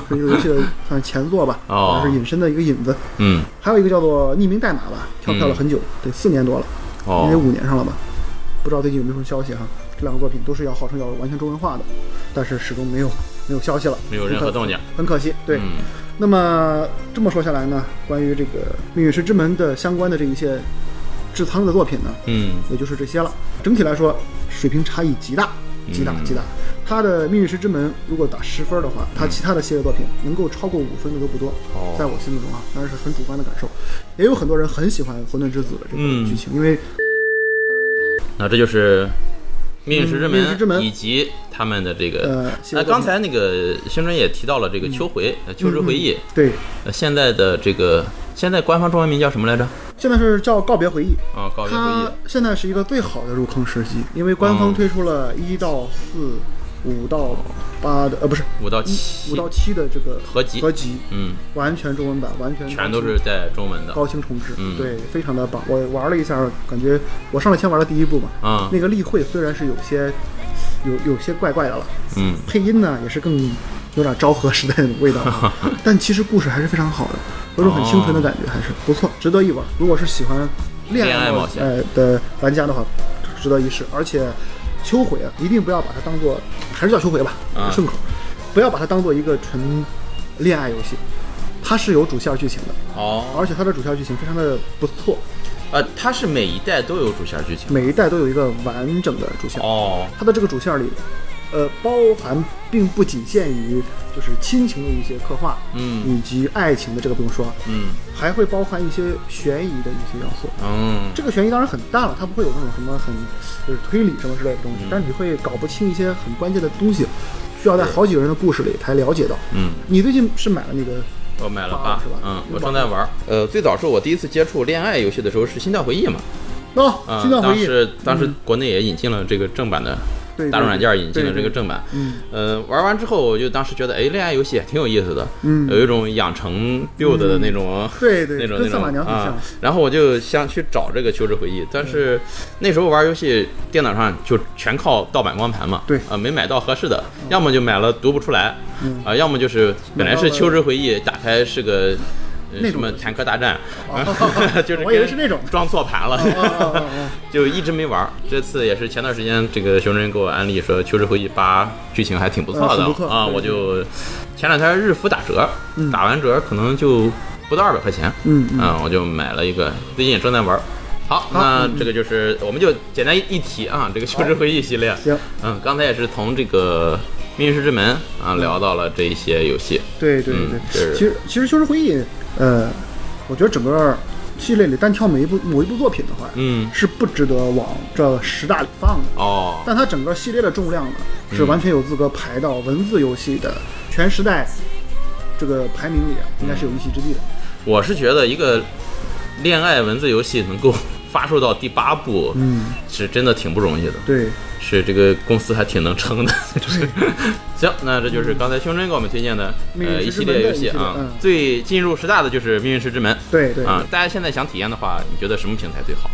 [SPEAKER 2] 是一个游戏的算是前作吧，
[SPEAKER 1] 哦
[SPEAKER 2] 算是引申的一个引子。
[SPEAKER 1] 嗯
[SPEAKER 2] 还有一个叫做《匿名代码》吧，跳票了很久，得四年多了，应该
[SPEAKER 1] 哦
[SPEAKER 2] 五年上了吧，不知道最近有没有什么消息哈。这两个作品都是要号称要完全中文化的，但是始终没有没有消息了，
[SPEAKER 1] 没有任何动静，
[SPEAKER 2] 很可惜。对，
[SPEAKER 1] 嗯
[SPEAKER 2] 那么这么说下来呢，关于这个《命运石之门》的相关的这一些制仓的作品呢，
[SPEAKER 1] 嗯
[SPEAKER 2] 也就是这些了。整体来说，水平差异极大，极大，
[SPEAKER 1] 嗯
[SPEAKER 2] 极大。它的《命运石之门》如果打十分的话，它其他的系列作品能够超过五分的都不多
[SPEAKER 1] 哦，
[SPEAKER 2] 在我心目中啊，当然是很主观的感受。也有很多人很喜欢《混沌之子》的这
[SPEAKER 1] 嗯
[SPEAKER 2] 个剧情，因为
[SPEAKER 1] 那这就是命运石之
[SPEAKER 2] 嗯命运石之
[SPEAKER 1] 门
[SPEAKER 2] 门
[SPEAKER 1] 以及他们的这
[SPEAKER 2] 呃
[SPEAKER 1] 个。，
[SPEAKER 2] 系
[SPEAKER 1] 那
[SPEAKER 2] 列作品
[SPEAKER 1] 哎刚才那个宣传也提到了这个
[SPEAKER 2] 嗯
[SPEAKER 1] 秋回，呃秋之回忆，
[SPEAKER 2] 对，
[SPEAKER 1] 呃现在的这个现在官方中文名叫什么来着？
[SPEAKER 2] 现在是叫《告别回忆》，
[SPEAKER 1] 啊，告别回
[SPEAKER 2] 它
[SPEAKER 1] 忆。
[SPEAKER 2] 现在是一个最好的入坑时机，因为官
[SPEAKER 1] 嗯
[SPEAKER 2] 方推出了一到四、五到八的，呃，不是
[SPEAKER 1] 五到
[SPEAKER 2] 一
[SPEAKER 1] 七
[SPEAKER 2] 五到七的这个
[SPEAKER 1] 合集
[SPEAKER 2] 合集，
[SPEAKER 1] 嗯，
[SPEAKER 2] 完全中文版，完全
[SPEAKER 1] 全都是带中文的。
[SPEAKER 2] 高清重置，
[SPEAKER 1] 嗯
[SPEAKER 2] 对，非常的棒。我玩了一下，感觉我上来先玩了第一部嘛，
[SPEAKER 1] 啊，
[SPEAKER 2] 那个例会虽然是有些有有些怪怪的了，
[SPEAKER 1] 嗯
[SPEAKER 2] 配音呢也是更有点昭和时代的味道啊， 但其实故事还是非常好的，有种很清纯的感觉，还是不错，值得一玩。如果是喜欢恋
[SPEAKER 1] 哦恋爱
[SPEAKER 2] 爱
[SPEAKER 1] 冒
[SPEAKER 2] 冒
[SPEAKER 1] 险
[SPEAKER 2] 呃的玩家的话，值得一试。而且秋悔啊，一定不要把它当做，还是叫秋悔吧
[SPEAKER 1] 啊，
[SPEAKER 2] 顺口，不要把它当做一个纯恋爱游戏，它是有主线剧情的，
[SPEAKER 1] 哦
[SPEAKER 2] 而且它的主线剧情非常的不错，
[SPEAKER 1] 呃，它是每一代都有主线剧情。
[SPEAKER 2] 每一代都有一个完整的主线。
[SPEAKER 1] 哦
[SPEAKER 2] 它的这个主线里，呃，包含并不仅限于就是亲情的一些刻画，
[SPEAKER 1] 嗯
[SPEAKER 2] 以及爱情的这个不用说，
[SPEAKER 1] 嗯
[SPEAKER 2] 还会包含一些悬疑的一些要素。
[SPEAKER 1] 嗯
[SPEAKER 2] 这个悬疑当然很大了，它不会有那种什么很就是推理什么之类的东
[SPEAKER 1] 嗯
[SPEAKER 2] 西，但是你会搞不清一些很关键的东西，需要在好几个人的故事里才了解到。
[SPEAKER 1] 嗯，
[SPEAKER 2] 你最近是买了那个
[SPEAKER 1] 我买了
[SPEAKER 2] 八
[SPEAKER 1] 八
[SPEAKER 2] 是吧，
[SPEAKER 1] 嗯，
[SPEAKER 2] 你
[SPEAKER 1] 我正
[SPEAKER 2] 玩
[SPEAKER 1] 在
[SPEAKER 2] 过
[SPEAKER 1] 玩儿。呃，最早是我第一次接触恋爱游戏的时候是《心跳回忆》嘛，
[SPEAKER 2] 哦，
[SPEAKER 1] 啊，
[SPEAKER 2] 心跳
[SPEAKER 1] 当
[SPEAKER 2] 回忆，嗯
[SPEAKER 1] 时当时国内也引进了这个正版的
[SPEAKER 2] 对
[SPEAKER 1] 大众软件引进了这个，
[SPEAKER 2] 对对对
[SPEAKER 1] 正版。
[SPEAKER 2] 嗯
[SPEAKER 1] 呃，玩完之后我就当时觉得，哎，恋爱游戏也挺有意思的，
[SPEAKER 2] 嗯
[SPEAKER 1] 有一种养成 build 的那种。
[SPEAKER 2] 对
[SPEAKER 1] 那
[SPEAKER 2] 对，
[SPEAKER 1] 种
[SPEAKER 2] 跟
[SPEAKER 1] 那
[SPEAKER 2] 赛马
[SPEAKER 1] 种
[SPEAKER 2] 娘很
[SPEAKER 1] 啊
[SPEAKER 2] 像，，
[SPEAKER 1] 然后我就想去找这个《求职回忆》，但是那时候玩游戏电脑上就全靠盗版光盘嘛，
[SPEAKER 2] 对哦
[SPEAKER 1] 啊，没买到合适的，要么就买了读不出来
[SPEAKER 2] 嗯，
[SPEAKER 1] 啊，要么就是本来
[SPEAKER 2] 买到
[SPEAKER 1] 是《
[SPEAKER 2] 了
[SPEAKER 1] 求职回忆》，打开是个呃
[SPEAKER 2] 那
[SPEAKER 1] 什
[SPEAKER 2] 种
[SPEAKER 1] 么
[SPEAKER 2] 游戏哦
[SPEAKER 1] 坦克大战，就是
[SPEAKER 2] 我以为
[SPEAKER 1] 跟
[SPEAKER 2] 是那种
[SPEAKER 1] 装错盘了，
[SPEAKER 2] 哦哦哦哦
[SPEAKER 1] 就一直没玩儿。这次也是前段时间，这个熊人给我安利说《求职回忆八》剧情还挺不错的
[SPEAKER 2] 啊很不错
[SPEAKER 1] 啊，
[SPEAKER 2] 对
[SPEAKER 1] 我就前两天日服打折，打完折可能就不到二百块钱，啊
[SPEAKER 2] 嗯嗯嗯
[SPEAKER 1] 我就买了一个，最近也正在玩儿。好，那这个就是我们就简单一提啊，这个《求职回忆》系列。
[SPEAKER 2] 行，
[SPEAKER 1] 嗯，刚才也是从这个《命运石之门》啊
[SPEAKER 2] 嗯
[SPEAKER 1] 聊到了这一些游戏，
[SPEAKER 2] 对对
[SPEAKER 1] 嗯
[SPEAKER 2] 对，
[SPEAKER 1] 是
[SPEAKER 2] 其实其实《修士回忆》呃，我觉得整个系列里单挑每一部某一部作品的话，
[SPEAKER 1] 嗯，
[SPEAKER 2] 是不值得往这十大里放的。
[SPEAKER 1] 哦，
[SPEAKER 2] 但它整个系列的重量呢，
[SPEAKER 1] 嗯
[SPEAKER 2] 是完全有资格排到文字游戏的全时代这个排名里，啊应该是有
[SPEAKER 1] 嗯
[SPEAKER 2] 一席之地的。
[SPEAKER 1] 我是觉得一个恋爱文字游戏能够发售到第八部，
[SPEAKER 2] 嗯，
[SPEAKER 1] 是真的挺不容易的，
[SPEAKER 2] 对，
[SPEAKER 1] 是这个公司还挺能撑的。就是 行，那这就是刚才胸针给我们推荐的
[SPEAKER 2] 命运
[SPEAKER 1] 呃
[SPEAKER 2] 石
[SPEAKER 1] 一
[SPEAKER 2] 之
[SPEAKER 1] 系
[SPEAKER 2] 门
[SPEAKER 1] 列
[SPEAKER 2] 的
[SPEAKER 1] 游
[SPEAKER 2] 一
[SPEAKER 1] 戏
[SPEAKER 2] 系列
[SPEAKER 1] 啊
[SPEAKER 2] 嗯，
[SPEAKER 1] 最进入十大的就是《命运石之门》。
[SPEAKER 2] 对对，
[SPEAKER 1] 啊，大家现在想体验的话，你觉得什么平台最好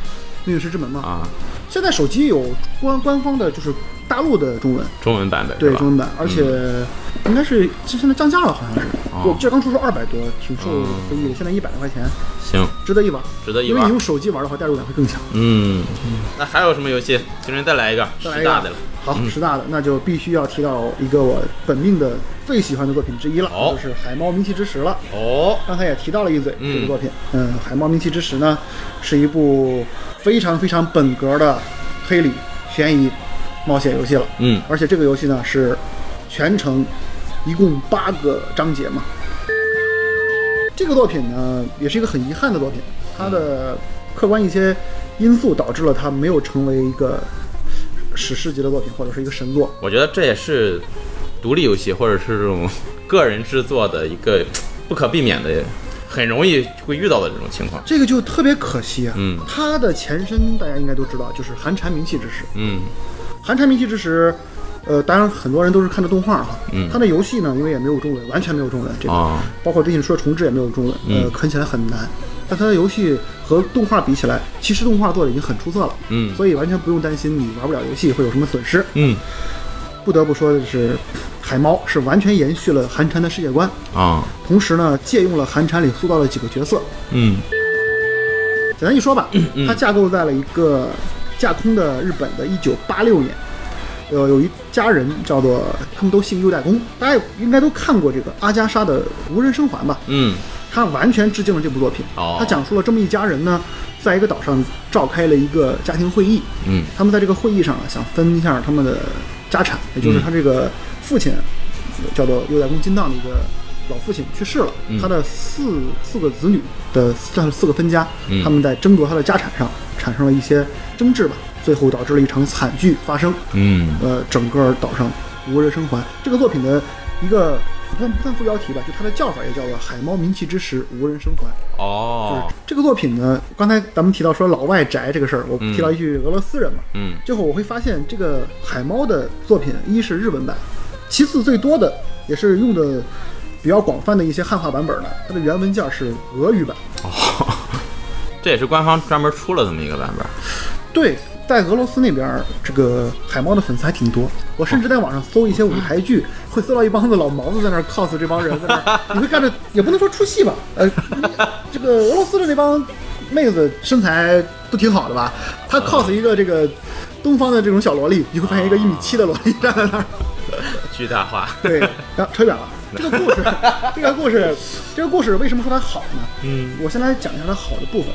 [SPEAKER 2] 命运石之门》嘛，
[SPEAKER 1] 啊？
[SPEAKER 2] 现在手机有官官方的，就是大陆的中文，
[SPEAKER 1] 中文版本
[SPEAKER 2] 对
[SPEAKER 1] 是吧？嗯
[SPEAKER 2] 中文版，而且应该是就现在降价了，好像是，
[SPEAKER 1] 哦
[SPEAKER 2] 我记得刚出是二百多，挺受
[SPEAKER 1] 嗯
[SPEAKER 2] 非议的，现在一百来块钱，
[SPEAKER 1] 行，
[SPEAKER 2] 值得一玩。
[SPEAKER 1] 值得一
[SPEAKER 2] 因为
[SPEAKER 1] 玩
[SPEAKER 2] 你。用手机玩的话，代入感会更强。
[SPEAKER 1] 嗯，那还有什么游戏？今天再来一个
[SPEAKER 2] 再来
[SPEAKER 1] 十
[SPEAKER 2] 一
[SPEAKER 1] 大
[SPEAKER 2] 个
[SPEAKER 1] 的了。嗯
[SPEAKER 2] 好，十大的，那就必须要提到一个我本命的最喜欢的作品之一了，
[SPEAKER 1] 哦
[SPEAKER 2] 就是《海猫迷奇之石》了。
[SPEAKER 1] 哦，
[SPEAKER 2] 刚才也提到了一嘴
[SPEAKER 1] 嗯
[SPEAKER 2] 这部作品，嗯，海猫迷奇之石》呢，是一部非常非常本格的推理、悬疑、冒险游戏了。
[SPEAKER 1] 嗯，
[SPEAKER 2] 而且这个游戏呢是全程一共八个章节嘛。这个作品呢也是一个很遗憾的作品，它的客观一些因素导致了它没有成为一个史诗级的作品或者是一个神作。
[SPEAKER 1] 我觉得这也是独立游戏或者是这种个人制作的一个不可避免的，很容易会遇到的这种情况。
[SPEAKER 2] 这个就特别可惜啊，
[SPEAKER 1] 嗯
[SPEAKER 2] 它的前身大家应该都知道，就是《寒蝉鸣泣之时》。
[SPEAKER 1] 嗯
[SPEAKER 2] 《寒蝉鸣泣之时》，呃，当然很多人都是看的动画哈，
[SPEAKER 1] 嗯
[SPEAKER 2] 它的游戏呢，因为也没有中文，完全没有中文，这个、
[SPEAKER 1] 啊嗯
[SPEAKER 2] 包括之前说的重置也没有中文，呃，啃起来很难。但它的游戏和动画比起来，其实动画做的已经很出色了，
[SPEAKER 1] 嗯
[SPEAKER 2] 所以完全不用担心你玩不了游戏会有什么损失。
[SPEAKER 1] 嗯
[SPEAKER 2] 不得不说的是，海猫是完全延续了寒蝉的世界观，
[SPEAKER 1] 啊
[SPEAKER 2] 同时呢，借用了寒蝉里塑造的几个角色，
[SPEAKER 1] 嗯
[SPEAKER 2] 简单一说吧，它架构在了一个架空的日本的1986年，呃，有一家人叫做他们都姓优代公，大家也应该都看过这个阿加莎的《无人生还》吧？
[SPEAKER 1] 嗯
[SPEAKER 2] 他完全致敬了这部作品。
[SPEAKER 1] 哦
[SPEAKER 2] 他讲述了这么一家人呢，在一个岛上召开了一个家庭会议，
[SPEAKER 1] 嗯
[SPEAKER 2] 他们在这个会议上啊，想分一下他们的家产，也
[SPEAKER 1] 嗯
[SPEAKER 2] 就是他这个父亲叫做右代公金当的一个老父亲去世了，
[SPEAKER 1] 嗯
[SPEAKER 2] 他的四四个子女的算是四个分家，
[SPEAKER 1] 嗯
[SPEAKER 2] 他们在争夺他的家产上产生了一些争执吧，最后导致了一场惨剧发生。
[SPEAKER 1] 嗯
[SPEAKER 2] 呃，整个岛上无人生还。这个作品的一个不算不算副标题吧，就它的叫法也叫做《海猫名气之时，无人生还》。
[SPEAKER 1] 哦
[SPEAKER 2] 这个作品呢，刚才咱们提到说老外宅这个事儿，我
[SPEAKER 1] 嗯
[SPEAKER 2] 提到一句俄罗斯人嘛，
[SPEAKER 1] 嗯
[SPEAKER 2] 这会儿我会发现这个海猫的作品，一是日文版，其次最多的也是用的比较广泛的一些汉化版本的，它的原文件是俄语版。
[SPEAKER 1] 哦，这也是官方专门出了这么一个版本。
[SPEAKER 2] 对，在俄罗斯那边儿，这个海猫的粉丝还挺多。我甚至在网上搜一些舞台剧，会搜到一帮子老毛子在那儿 cos 这帮人在那儿，你会看着也不能说出戏吧，呃，这个俄罗斯的那帮妹子身材都挺好的吧？她 cos 一个这个东方的这种小萝莉，你会发现一个一米七的萝莉站在那儿。
[SPEAKER 1] 巨大化，
[SPEAKER 2] 对，然后扯远了。这个故事， 这个故事，这个故事为什么说它好呢？
[SPEAKER 1] 嗯，
[SPEAKER 2] 我先来讲一下它好的部分。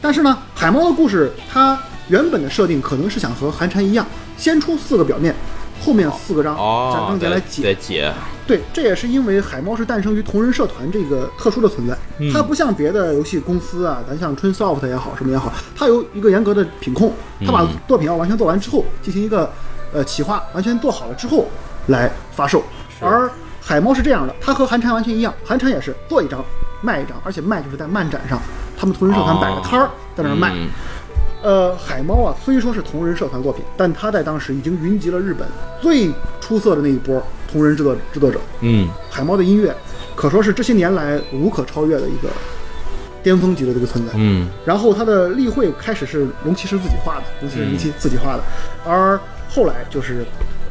[SPEAKER 2] 但是呢，海猫的故事它原本的设定可能是想和寒蝉一样，先出四个表面，后面四个章展
[SPEAKER 1] 哦
[SPEAKER 2] 章，节来解
[SPEAKER 1] 再解，
[SPEAKER 2] 对，这也是因为海猫是诞生于同人社团这个特殊的存在，它不像别的游戏公司啊，咱像 Trinsoft 也好，什么也好，它有一个严格的品控，它把作品要完全做完之后，进行一个呃企划，完全做好了之后来发售。而海猫是这样的，它和寒蝉完全一样，寒蝉也是做一张卖一张，而且卖就是在漫展上，他们同人社团摆个摊儿在那儿卖。
[SPEAKER 1] 嗯
[SPEAKER 2] 呃，海猫啊，虽说是同人社团作品，但它在当时已经云集了日本最出色的那一波同人制作制作者。
[SPEAKER 1] 嗯
[SPEAKER 2] 海猫的音乐可说是这些年来无可超越的一个巅峰级的这个存在。
[SPEAKER 1] 嗯
[SPEAKER 2] 然后它的例会开始是龙骑士自己画的，龙骑士
[SPEAKER 1] 嗯
[SPEAKER 2] 一期自己画的，而后来就是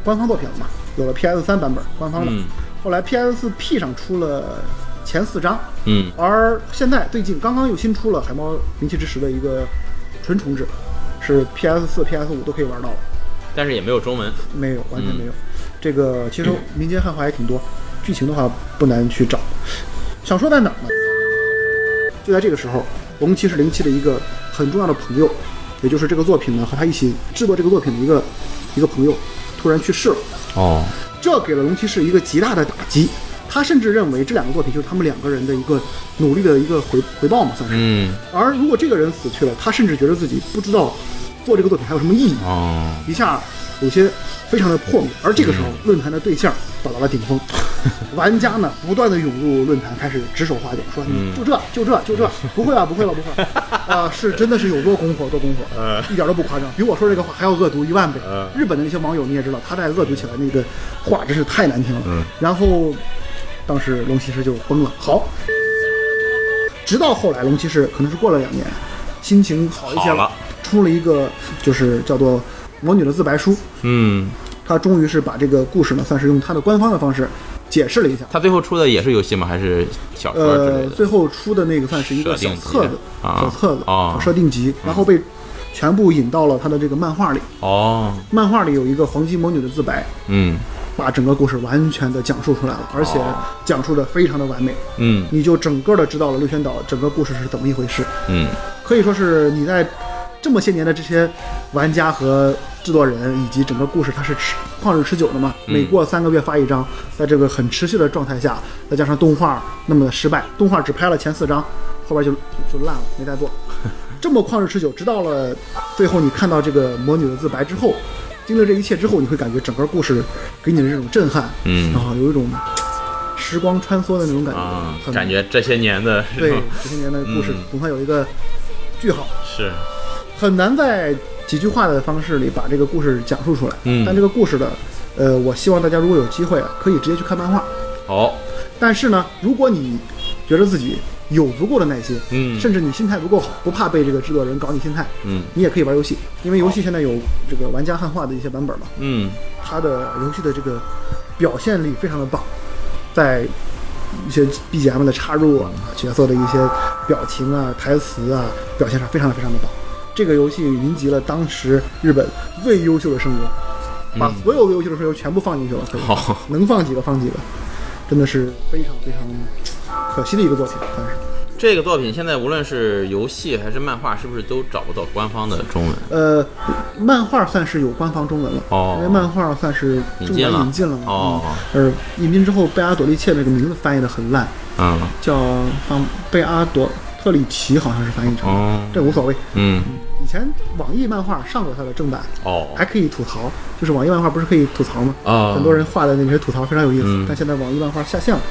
[SPEAKER 2] 官方作品了嘛，有了 PS 三版本官方的，
[SPEAKER 1] 嗯
[SPEAKER 2] 后来 PS 四 P 上出了前四章，
[SPEAKER 1] 嗯，
[SPEAKER 2] 而现在最近刚刚又新出了《海猫名气之时》的一个纯重置，是 PS 四、PS 五都可以玩到了。
[SPEAKER 1] 但是也没有中文。
[SPEAKER 2] 没有，完全没有。这个其实民间汉化也挺多，剧情的话不难去找。想说在哪儿呢？就在这个时候，龙骑士零七的一个很重要的朋友，也就是这个作品呢和他一起制作这个作品的一个一个朋友，突然去世了。
[SPEAKER 1] 哦，
[SPEAKER 2] 这给了龙骑士一个极大的打击。他甚至认为这两个作品就是他们两个人的一个努力的一个回回报嘛，算是。
[SPEAKER 1] 嗯，
[SPEAKER 2] 而如果这个人死去了，他甚至觉得自己不知道做这个作品还有什么意义。
[SPEAKER 1] 哦，
[SPEAKER 2] 一下有些非常的破灭。而这个时候，论坛的对象到达了顶峰，玩家呢不断的涌入论坛，开始指手画脚，说你就这就这就这，不会啊不会了不会了，啊是真的是有多拱火多拱火，啊一点都不夸张，比我说这个话还要恶毒一万倍。日本的那些网友你也知道，他在恶毒起来那个话真是太难听了。然后当时龙骑士就崩了，好。直到后来，龙骑士可能是过了两年，心情好一些
[SPEAKER 1] 好了
[SPEAKER 2] 出了一个就是叫做《魔女的自白书》，
[SPEAKER 1] 嗯，
[SPEAKER 2] 他终于是把这个故事呢，算是用他的官方的方式解释了一下。
[SPEAKER 1] 他最后出的也是游戏吗？还是小说之类
[SPEAKER 2] 呃，
[SPEAKER 1] 的？
[SPEAKER 2] 最后出的那个算是一个
[SPEAKER 1] 设
[SPEAKER 2] 小
[SPEAKER 1] 定集
[SPEAKER 2] 册子，
[SPEAKER 1] 啊
[SPEAKER 2] 小册子
[SPEAKER 1] 啊
[SPEAKER 2] 设定集，然后被全部引到了他的这个漫画里。
[SPEAKER 1] 哦，
[SPEAKER 2] 漫画里有一个黄金魔女的自白，
[SPEAKER 1] 嗯
[SPEAKER 2] 把整个故事完全的讲述出来了，而
[SPEAKER 1] 哦
[SPEAKER 2] 且讲述的非常的完美，
[SPEAKER 1] 嗯
[SPEAKER 2] 你就整个的知道了六宣岛整个故事是怎么一回事。
[SPEAKER 1] 嗯，
[SPEAKER 2] 可以说是你在这么些年的这些玩家和制作人以及整个故事，它是持旷日持久的嘛，
[SPEAKER 1] 嗯
[SPEAKER 2] 每过三个月发一张，在这个很持续的状态下，再加上动画那么的失败，动画只拍了前四张，后边就就烂了，没再做。 这么旷日持久，直到了最后你看到这个魔女的自白之后，经历这一切之后，你会感觉整个故事给你的这种震撼，
[SPEAKER 1] 嗯
[SPEAKER 2] 然后有一种时光穿梭的那种感觉，
[SPEAKER 1] 啊，
[SPEAKER 2] 很
[SPEAKER 1] 感觉这些年的
[SPEAKER 2] 对这些年的故事
[SPEAKER 1] 嗯
[SPEAKER 2] 总算有一个句号。
[SPEAKER 1] 是，
[SPEAKER 2] 很难在几句话的方式里把这个故事讲述出来。
[SPEAKER 1] 嗯
[SPEAKER 2] 但这个故事的，呃，我希望大家如果有机会啊，可以直接去看漫画。
[SPEAKER 1] 好，
[SPEAKER 2] 但是呢，如果你觉得自己有足够的耐心，
[SPEAKER 1] 嗯
[SPEAKER 2] 甚至你心态足够好，不怕被这个制作人搞你心态，
[SPEAKER 1] 嗯
[SPEAKER 2] 你也可以玩游戏，因为游戏现在有这个玩家汉化的一些版本嘛，
[SPEAKER 1] 嗯
[SPEAKER 2] 它的游戏的这个表现力非常的棒，在一些 BGM 的插入啊、角色的一些表情啊、台词啊，表现上非常非常的棒。这个游戏云集了当时日本最优秀的声优，
[SPEAKER 1] 嗯
[SPEAKER 2] 把所有优秀的声优全部放进去了，可以
[SPEAKER 1] 好，
[SPEAKER 2] 能放几个放几个，真的是非常非常可惜的一个作品，但是。
[SPEAKER 1] 这个作品现在无论是游戏还是漫画，是不是都找不到官方的中文？
[SPEAKER 2] 呃，漫画算是有官方中文了，
[SPEAKER 1] 哦
[SPEAKER 2] 因为漫画算是
[SPEAKER 1] 引
[SPEAKER 2] 中文
[SPEAKER 1] 进了
[SPEAKER 2] 引进了嘛，
[SPEAKER 1] 哦
[SPEAKER 2] 嗯，呃，引进之后，贝阿朵利切这个名字翻译的很烂，
[SPEAKER 1] 嗯，
[SPEAKER 2] 叫方贝阿朵特里奇，好像是翻译成，
[SPEAKER 1] 哦，
[SPEAKER 2] 这无所谓。
[SPEAKER 1] 嗯，
[SPEAKER 2] 以前网易漫画上过它的正版，
[SPEAKER 1] 哦，
[SPEAKER 2] 还可以吐槽，就是网易漫画不是可以吐槽吗？
[SPEAKER 1] 啊，
[SPEAKER 2] 很多人画的那些吐槽非常有意思，
[SPEAKER 1] 嗯
[SPEAKER 2] 但现在网易漫画下线了，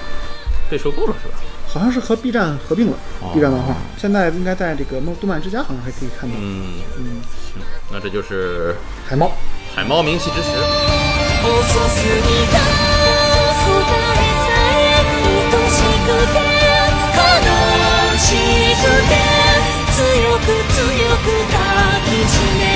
[SPEAKER 1] 被收购了是吧？
[SPEAKER 2] 好像是和 B 站合并了、
[SPEAKER 1] 哦
[SPEAKER 2] b 站漫画现在应该在这个动漫之家好像还可以看到。
[SPEAKER 1] 嗯，
[SPEAKER 2] 嗯，
[SPEAKER 1] 那这就是
[SPEAKER 2] 海猫。
[SPEAKER 1] 海猫名气之时。
[SPEAKER 3] 遅すぎた「そばでさえ愛しくて」「悲しくて」「強く強く抱きしめ